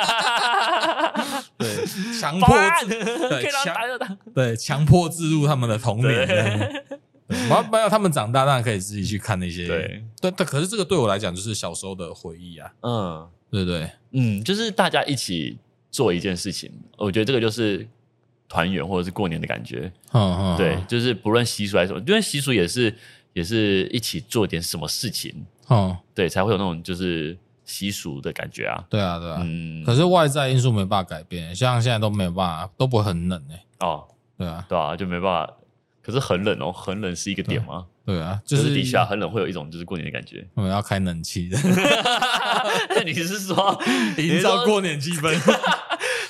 对， [laughs] 强迫保安自啊 [laughs] 可以让他打就打。对强迫置入他们的童年这样子。对我没有，他们长大当然可以自己去看那些。对，对，但可是这个对我来讲就是小时候的回忆啊，嗯对不对？嗯，就是大家一起做一件事情，我觉得这个就是团圆或者是过年的感觉。嗯嗯，对，就是不论习俗还是什么，因为习俗也是也是一起做点什么事情，嗯，对，才会有那种就是习俗的感觉啊。对啊，对啊。嗯，可是外在因素没办法改变，像现在都没有办法，都不会很冷哎、哦，对啊，对啊，就没办法。可是很冷哦，很冷是一个点吗？对啊，就就是是底下很冷，会有一种就是过年的感觉。 [laughs] 我们要开冷气的，那你是说营造过年气氛。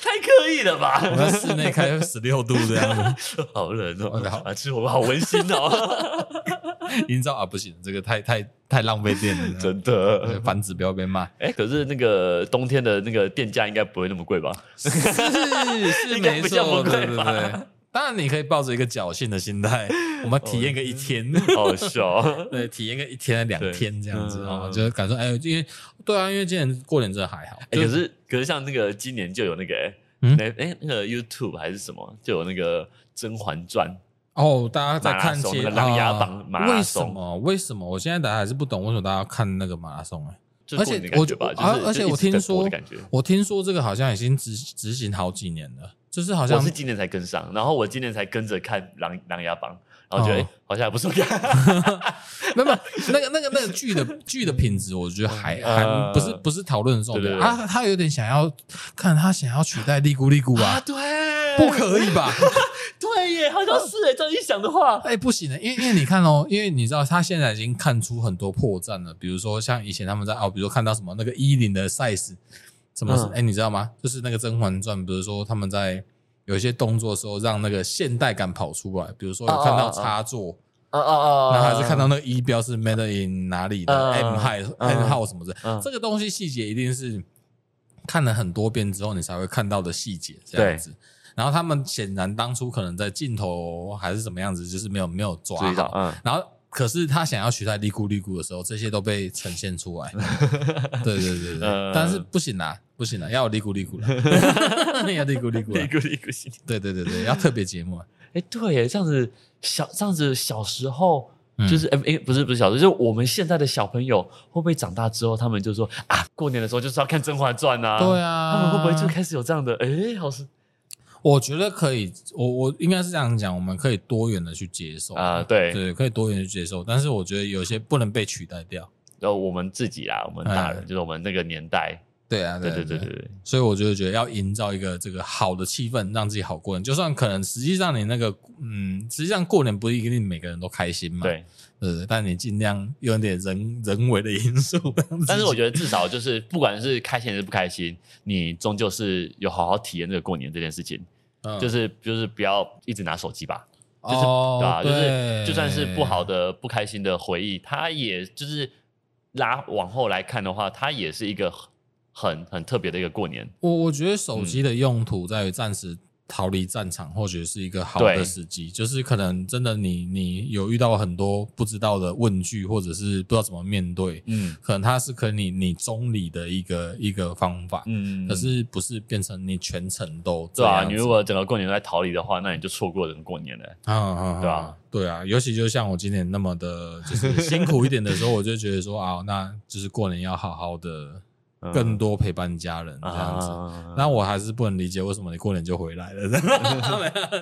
太刻意了吧？ [laughs] 我在室内开十六度这样子，好冷哎呀哦，啊，吃火锅好温馨 [laughs] 哦，营造啊不行，这个太太太浪费电了， [laughs] 真的。反指标被 [laughs] 骂。哎，可是那个冬天的那个电价应该不会那么贵吧？ [laughs] 是是应该没不像错，不对贵对吧对。当然，你可以抱着一个侥幸的心态，我们体验个一天，好笑。哦 [laughs] 对，体验个一天两天这样子对哦，嗯就是感受，哎，因为对啊，因为今年过年真的还好，哎就可是可是像那个今年就有那个哎嗯那哎那个 YouTube 还是什么就有那个《甄嬛传哦，大家在看马拉松些那个琅琊榜啊马拉为什松么？为什么？我现在大家还是不懂为什么大家要看那个马拉松？哎，》，就是过年的感觉吧，而且我啊就是而且就一直我听在播说的感觉。我听说这个好像已经执执行好几年了，就是好我像是今年才跟上，然后我今年才跟着看《琅琅琊榜》，然后觉得、哦哎好像还不错看。没有没有那个那个那个剧的剧的品质，我觉得还嗯还呃不是不是讨论的重对点对对啊，他有点想要看他想要取代利姑利姑啊， [laughs] 对不可以吧？对耶，好像是哎，这样一想的话，哎，不行的，因为因为你看哦，因为你知道他现在已经看出很多破绽了，比如说像以前他们在哦，比如说看到什么那个衣领的 size，什么是嗯哎、你知道吗？就是那个《甄嬛传》，比如说他们在有一些动作的时候，让那个现代感跑出来，比如说有看到 [laughs] 哦哦哦哦插座，啊啊啊然后还是看到那个一标是 Made in 哪里的、嗯 M 号、嗯 M 号什么的，嗯这个东西细节一定是看了很多遍之后你才会看到的细节，这样子。然后他们显然当初可能在镜头还是怎么样子，就是没有没有抓注意到，好。嗯，然后可是他想要取代利姑利姑的时候，这些都被呈现出 [laughs] 来。对对对对，嗯但是不行啦，不行啦，要有利姑利 [laughs] 姑啦， [laughs] 要利姑利姑啦一。个一个心情。对对对对，要特别节目啊。哎，对耶，这样子小这样子小时候。嗯就是哎哎，不是不是小时候，就是我们现在的小朋友会不会长大之后，他们就说啊，过年的时候就是要看《甄嬛传》啊，对啊，啊，他们会不会就开始有这样的哎，好是我觉得可以，我我应该是这样讲，我们可以多元的去接受啊，，对，对，可以多元地去接受，但是我觉得有些不能被取代掉。然后我们自己啦，我们大人嗯就是我们那个年代，对啊，对啊对对啊对对，所以我就觉得要营造一个这个好的气氛，让自己好过年。就算可能实际上你那个，嗯，实际上过年不一定每个人都开心嘛，对，对，对但你尽量用点人人为的因素，让自己但是我觉得至少就是不管是开心还是不开心，你终究是有好好体验这个过年这件事情，嗯就是就是不要一直拿手机吧，就是、对吧、哦，就是就算是不好的，的不开心的回忆，它也就是拉往后来看的话，它也是一个很很特别的一个过年。我我觉得嗯手机的用途在于暂时逃离战场，或许是一个好的对时机。就是可能真的你你有遇到很多不知道的问句，或者是不知道怎么面对，嗯可能它是可能你你中理的一个一个方法。嗯可是不是变成你全程都这对啊，样你子如果整个过年都在逃离的话，那你就错过整个过年了。啊啊啊对吧？对啊，尤其就像我今年那么的，就是辛苦一点的时候，我就觉得说啊，那就是过年要好好的，嗯更多陪伴家人这样子。啊那我还是不能理解为什么你过年就回来了， [laughs]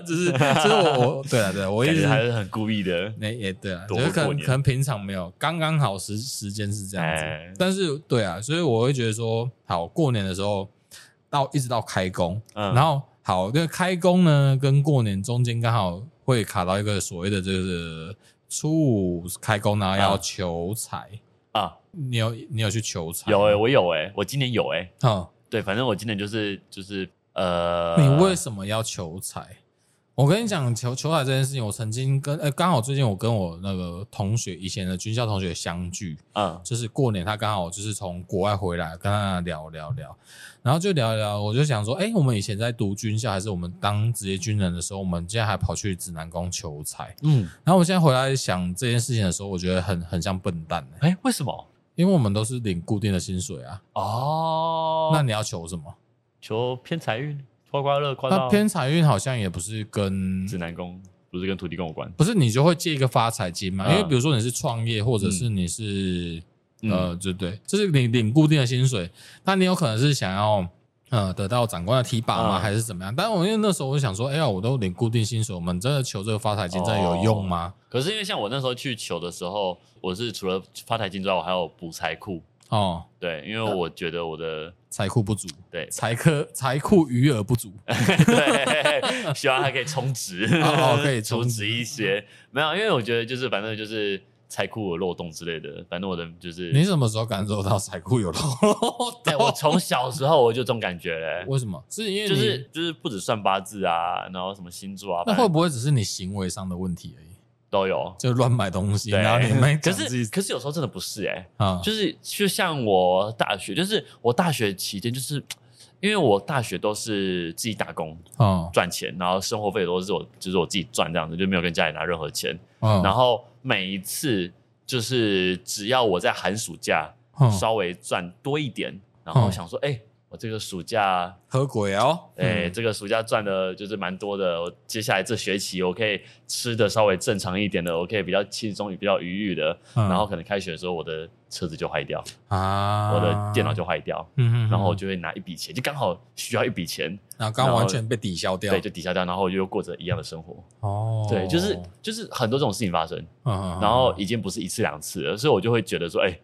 就是就是我我对啊对啊，我一感直觉还是很故意的。那也对啊，躲就是可过能年可能平常没有，刚刚好时时间是这样哎子，但是对啊，所以我会觉得说，好过年的时候到一直到开工，嗯然后好那个开工呢跟过年中间刚好会卡到一个所谓的就是初五开工，然后要嗯求财，啊，你有你有去求财有哎、吗我有哎、我今年有哎、嗯对，反正我今年就是就是呃，你为什么要求财？我跟你讲，求求财这件事情，我曾经跟呃，刚好最近我跟我那个同学，以前的军校同学相聚，嗯就是过年他刚好就是从国外回来，跟他聊聊聊，然后就聊一聊，我就想说，哎、我们以前在读军校，还是我们当职业军人的时候，我们竟然还跑去指南宫求财。嗯，然后我现在回来想这件事情的时候，我觉得很很像笨蛋、欸，哎、为什么？因为我们都是领固定的薪水啊，哦，那你要求什么？求偏财运，刮刮乐刮那到偏财运好像也不是跟指南宫，不是跟土地公有关？不是你就会借一个发财金嘛？嗯因为比如说你是创业，或者是你是、嗯呃，对对，就是领领固定的薪水，那你有可能是想要呃得到长官的提拔吗？嗯还是怎么样？但我因为那时候我就想说，哎呀，我都领固定薪水，我们真的求这个发财金真的哦有用吗？可是因为像我那时候去求的时候，我是除了发财金之外，我还有补财库，哦，对，因为我觉得我的财库不足， [laughs] 对财科财库余额不足，嗯对，希望它可以充值，哦 [laughs] 可以充值嗯值一些。 [laughs] 没有，因为我觉得就是反正就是财库有漏洞之类的，反正我的就是你什么时候感受到财库有漏 [laughs] 洞？对我从小时候我就这种感觉 [laughs] 嘞，为什么？是因为就你是就是不止算八字啊，然后什么星座啊，那反会正不会只是你行为上的问题而已？都有。就乱买东西，对，然后你们可讲自己是可是有时候真的不是哎、啊，就是就像我大学，就是我大学期间，就是因为我大学都是自己打工哦赚钱，然后生活费都是我就是我自己赚这样子，就没有跟家里拿任何钱。哦，然后每一次就是只要我在寒暑假后稍微赚多一点，然后嗯我想说，哎、我这个暑假喝鬼哦，哎、嗯这个暑假赚的就是蛮多的。我接下来这学期我可以吃的稍微正常一点的，我可以比较轻松、比较愉悦的。嗯然后可能开学的时候，我的车子就坏掉，啊，嗯我的电脑就坏掉，嗯，嗯，嗯然后我就会拿一笔钱，就刚好需要一笔钱，然后刚然后完全被抵消掉对，，就抵消掉，然后我就过着一样的生活。哦，对，就是就是很多这种事情发生，嗯，然后嗯已经不是一次两次了，所以我就会觉得说，哎、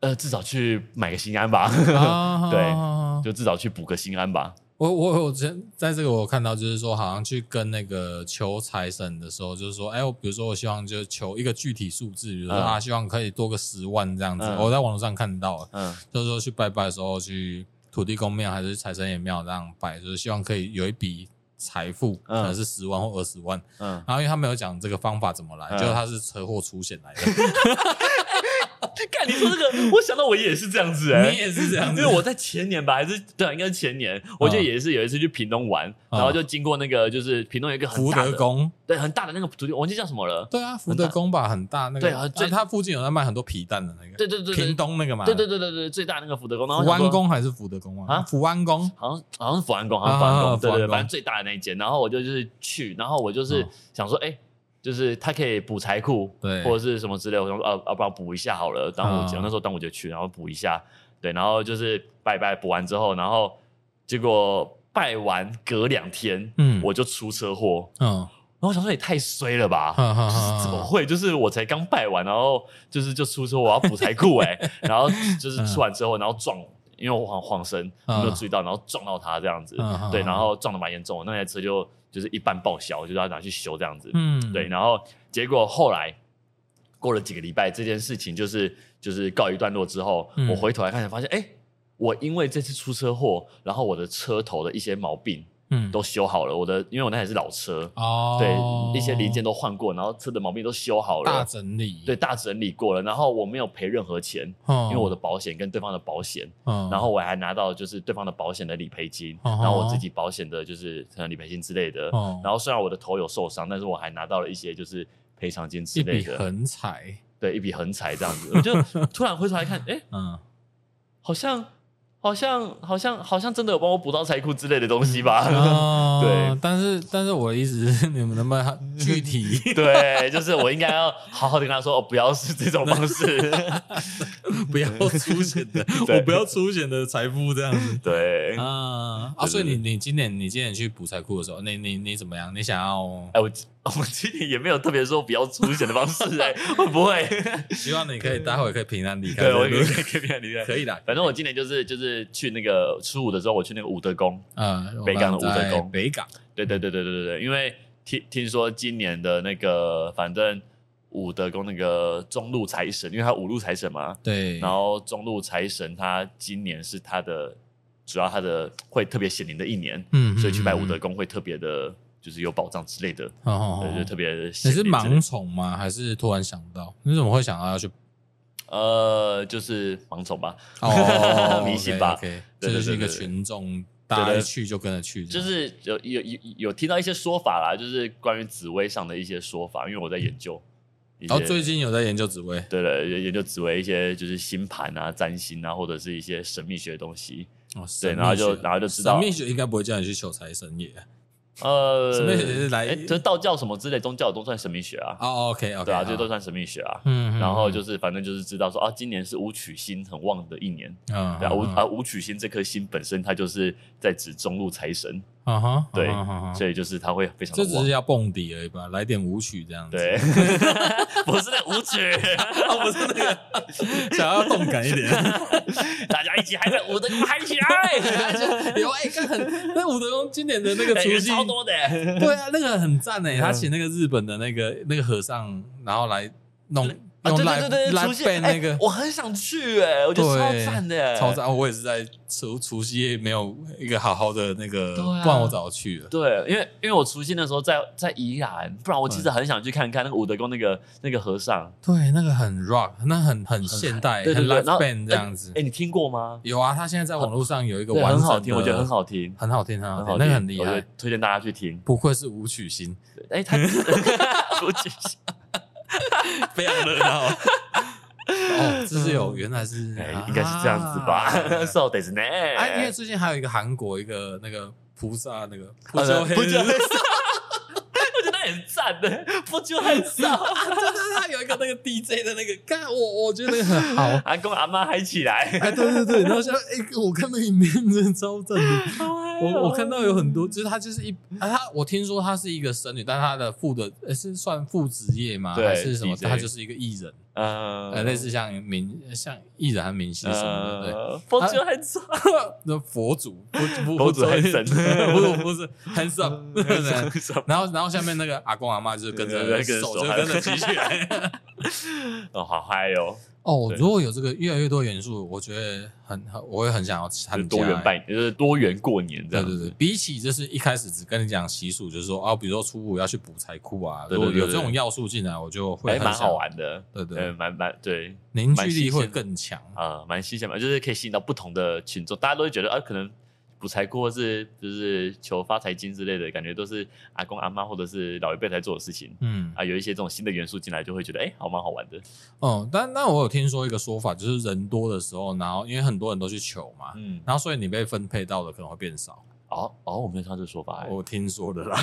呃，至少去买个心安吧，嗯啊对啊 [laughs] 就至少去补个心安吧。我我我之前在这个我有看到，就是说好像去跟那个求财神的时候，就是说，哎，我比如说我希望就是求一个具体数字，比如说嗯他希望可以多个十万这样子，嗯我在网络上看到了，嗯就是说去拜拜的时候去土地公庙还是财神爷庙这样拜，就是希望可以有一笔财富，嗯可能是十万或二十万。嗯，然后因为他没有讲这个方法怎么来，嗯就是他是车祸出险 [laughs] 来的。看你说这个，我想到我也是这样子、哎。你也是这样因子嗯为，我在前年吧，还是对，啊应该是前年，我记得也是有一次去屏东玩，然后就经过那个就是屏东有一个很 [laughs] 福大的德，宫对，很大的那个土地，我忘记叫什么了。对啊，福德宫吧很大那个，对啊最啊它附近有在卖很多皮蛋的那个，对对对对屏东那个嘛，对对对对对，最大那个福德宫，然后福我想安说，宫还是福德宫啊？啊福安宫好像好像是福安宫，好像是福安啊宫，啊啊福对对安对，宫反正最大的那一间。然后我就是去，然后我就是嗯想说，哎、就是它可以补财库，对或者是什么之类的。我想说，啊，要不然补一下好了。端午节、嗯那时候端午节去，然后补一下，对，然后就是拜拜，补完之后，然后结果拜完隔两天，嗯我就出车祸。嗯，然后我想说也太衰了吧，哈哈就是怎么哈，会？就是我才刚拜完，然后就是就出车祸我要补财库 [laughs] 哎，然后就是出完车祸，然后撞，因为我晃晃身嗯没有注意到，然后撞到他这样子嗯嗯，对，嗯然后撞的蛮严重的，那台车就就是一半报销，就是要拿去修这样子，嗯，对，然后结果后来过了几个礼拜，这件事情就是就是告一段落之后，嗯我回头来看才发现，哎，我因为这次出车祸，然后我的车头的一些毛病嗯都修好了，我的因为我那台是老车，哦，对，一些零件都换过，然后车的毛病都修好大了，整理，对，大整理过了，然后我没有赔任何钱，嗯，因为我的保险跟对方的保险，嗯，然后我还拿到就是对方的保险的理赔金，嗯哼然后我自己保险的就是可能理赔金之类的，嗯然后虽然我的头有受伤，但是我还拿到了一些就是赔偿金之一类笔的，横财，对，一笔横财这样子，[laughs] 我就突然回头来看，哎， [laughs] 嗯，好像好像好像好像真的有帮我补到财库之类的东西吧。哦对但是但是我的意思是， [laughs] 你们能不能具体 [laughs] 对，就是我应该要好好的跟他说，哦，不要是这种方 [laughs] 式。不要出险的， [laughs] 对我不要出险的财富这样 [laughs] 子。对，哎、啊啊！对所以对你你今年你今年去补财库的时候，你你你怎么样？你想 [laughs] 要哎我我今年也没有特别说比较粗显的方式、 [laughs] 哎，会不会？希望你可以待会可以平安离开对，这我个可路，以 [laughs] 可以可以 [laughs] 理解。可以 [laughs] 的。反正我今年就是就是去那个初五的时候，我去那个武德宫。嗯，我北港的们在五德宫北港，对对对对对对对，因为听听说今年的那个，反正武德宫那个中路财神，因为他五路财神嘛，对，然后中路财神他今年是他的主要他的会特别显灵的一年，嗯所以去拜武德宫会特别的，就是有保障之类的，哦哦对，就哦特别的你显是灵之类的。盲从吗？还是突然想到？你怎么会想到要 [laughs] 去？呃，就是盲从吧，哦迷信吧 o k 对对这就是一个对对对群众，大家一对对去就跟着去这就样，是有有有有听到一些说法啦，就是关于紫薇上的一些说法，因为我在研究一些，然后哦最近有在研究紫薇对了，研研究紫薇一些就是星盘啊、占星啊，或者是一些神秘学的东西。哦，对，神秘然后就学然后就知神道，秘学应该不会叫你去求财神爷呃，神秘学是来诶这道教什么之类宗教都算神秘学啊，哦，OK OK，对啊，这都算神秘学啊。嗯，嗯然后就是反正就是知道说啊，今年是武曲星很旺的一年，嗯，对啊，嗯武嗯啊武曲星这颗星本身它就是在指中路财神，啊哈，对啊哈啊哈所以就是他会非常这只的是要蹦迪而已吧，来点舞曲这样子， [laughs] 对，不是那舞曲， [laughs] 啊，不是那个，想要动感一点，大家一起嗨着舞的嗨起 [laughs] 来，有哎，看很那武德宫今年的那个哎雏人形超多的，对啊，那个很赞诶、嗯他请那个日本的那个那个和尚，然后来弄啊用对来对对对，来出现变那个我很想去哎，我觉得超对赞的，超。赞。我也是在除除夕夜没有一个好好的那个，对啊不然我早就去了。对，因为因为我除夕那时候在在宜兰，不然我其实很想去看看那个武德宫那个那个和尚。对，那个很 rock，那很很现代，对对很对， live 然后 band 这样子哎，。你听过吗？有啊，他现在在网络上有一个对，完很整好的，听，我觉得很好听，很好听，很好很听好，那听，个很厉我觉害得。推荐大家去听。不愧是舞曲 [laughs] 星，对哎， [laughs] 他我只是非常热闹。 [laughs] 哦，这是有，原来是哎，应该是这样子吧啊 [laughs] ？So this 呢？啊， [laughs] 因为最近还有一个韩国一个那个菩萨那个不普就修黑，黑，呃不就就 [laughs] 对黑，我觉得很赞的，不就很少。对，他有一个 [laughs] 那个 DJ 的那个，看我我觉得那个很好，阿公阿妈嗨起来，哎，对对对，然后像哎，我看那影片真的超赞的， [laughs] 我我看到有很多，就是他就是一啊，他我听说他是一个神女，但他的副的呃是算副职业吗？对还是什么？ DJ 他就是一个艺人，呃，呃类似像明像艺人和明星什么的，对。呃，不就很少。 [laughs] 那佛祖，佛佛祖很神 [laughs] 嗯不是不是很神，对什么然后，然后下面那个阿公阿妈就是跟着对对对跟着手手就跟着举起来。哦，好嗨哦！哦对，如果有这个越来越多元素，我觉得很，很我也很想要参就是加。多元拜，就是多元过年这对样对子对，。比起就是一开始只跟你讲习俗，就是说啊，比如说初五要去补财库啊，对如对果对有这对种要素进来，我就会哎，很蛮想好。玩的，对对呃，蛮蛮对凝聚蛮新力鲜会的更强。啊，蛮新鲜嘛，就是可以吸引到不同的群众，大家都会觉得啊，可能补财库或是就是求发财金之类的感觉，都是阿公阿妈或者是老一辈才做的事情嗯，啊，有一些这种新的元素进来，就会觉得哎，好蛮好玩的，哦，但那我有听说一个说法，就是人多的时候，然后因为很多人都去求嘛，嗯，然后所以你被分配到的可能会变少。哦哦，我没有听到这个说法、哎。欸我听说的啦。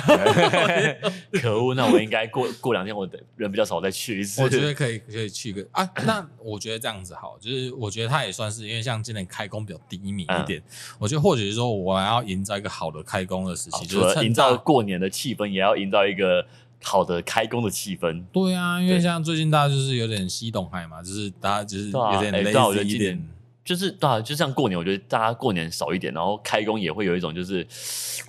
[laughs] 可恶，那我应该过过两天我的人比较少，我再去一次。我觉得可以，可以去个啊。那我觉得这样子好，就是我觉得他也算是，因为像今年开工比较低迷嗯一点，我觉得或许是说我还要营造一个好的开工的时好期，啊除就是了趁营造大过年的气氛，也要营造一个好的开工的气氛。对啊，因为对像最近大家就是有点西懂海嘛，就是大家就是对啊有点哎对啊我觉得 lazy 一今点年，就是对啊，就像过年，我觉得大家过年少一点，然后开工也会有一种就是 [sniffs]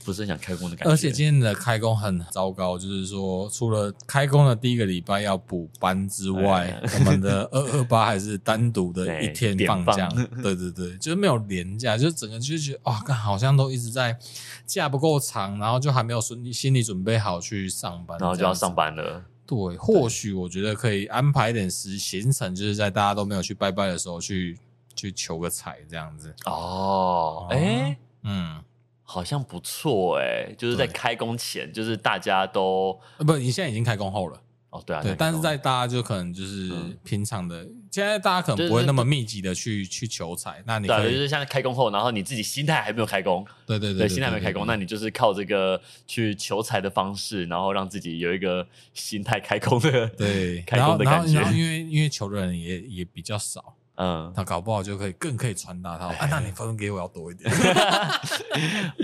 不是很想开工的感觉。而且今天的开工很糟糕，就是说除了开工的第一个礼拜要补班之外，我们的二二八还是单独的一天哎对放假点，对对对，就是没有连假，就是整个就觉得哇，干好像都一直在假不够长，然后就还没有心理心理准备好去上班，然后就要上这样子。班了，对，或许我觉得可以安排一点时行程，就是在大家都没有去拜拜的时候去去求个财这样子。哦哦，哎、嗯，好像不错哎、就是在对开工前，就是大家都呃不，你现在已经开工后了。哦对啊，对，那个但是在大家就可能就是嗯平常的，现在大家可就能是不会那么密集的去去求财，那你对啊，可就以是像开工后，然后你自己心态还没有开工，对对对，对，心态还没开工，那你就是靠这个去求财的方式，然后让自己有一个心态开工的， [laughs] 对，开然工后的然感后觉然后因为因为求的人也也比较少，嗯，那搞不好就可以更可以传 [laughs] 达到，啊，那你分给我要多一点，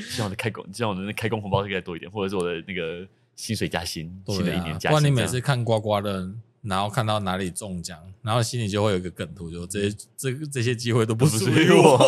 希望我的开工，希望我的开工红包可以再多一点，或者是我的那个薪水加薪，新的对一啊年加薪这样，不然你每次看刮刮乐，然后看到哪里中奖，然后心里就会有一个梗图，就这些这这些机会都不嗯不属属于于我。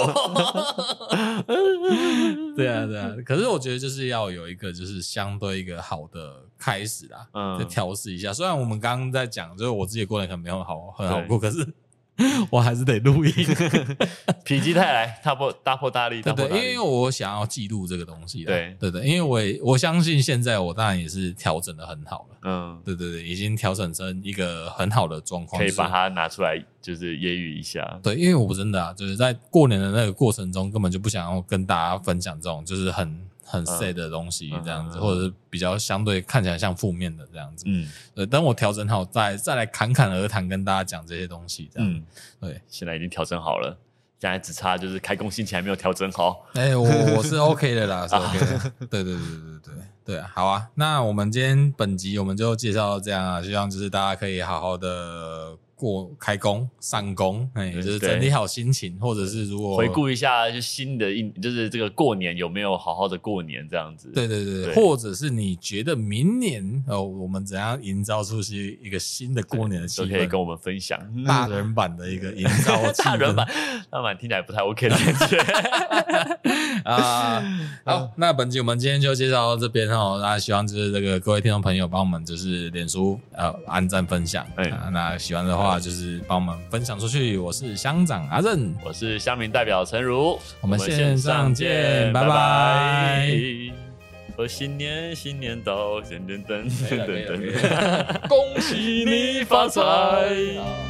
我， [laughs] 对啊，对啊，可是我觉得就是要有一个就是相对一个好的开始啦， [laughs] 嗯再调试一下。虽然我们刚刚在讲，就是我自己的过年可能没有好很好过，可是 [laughs] 我还是得录 [laughs] 音，否极泰来，大破大破大立，对大破对，大因立为，我想要记录这个东西啦，对对对，因为我也我相信现在我当然也是调整的很好了，嗯，对对对，已经调整成一个很好的状况，可以就是把它拿出来，就是揶揄一下，对，因为我真的啊，就是在过年的那个过程中，根本就不想要跟大家分享这种就是很很 sad 的东西这样子，嗯嗯嗯嗯或者是比较相对看起来像负面的这样子。嗯对，等我调整好再再来侃侃而谈，跟大家讲这些东西这样。嗯，对，现在已经调整好了，现在只差就是开工心情还没有调整好。哎、我 [laughs] 我是 OK 的啦，是啊 OK 的。对对对对对对对啊，好啊。那我们今天本集我们就介绍到这样啊，希望就是大家可以好好的。过开工、上工，哎，嗯对就是整理好心情，或者是如果回，顾一下，就新的一就是这个过年有没有好好的过年这样子？对对对对，对或者是你觉得明年哦，我们怎样营造出是一个新的过年的气都可以跟氛？我们分享。大人版的一个营造气氛 [laughs] 大人版，大人版听起来不太 OK 的感觉。啊。好，那本集我们今天就介绍到这边哦。那希望就是这个各位听众朋友帮我们就是脸书呃按赞分享，哎啊那喜欢的话就是帮我们分享出去。我是乡长阿 [laughs] 任，我是乡民代表陈如，我们线上见拜拜拜。我新年新年 [laughs] 到，噔噔噔可以了 [laughs] 噔可以了噔可以噔，恭喜你发财好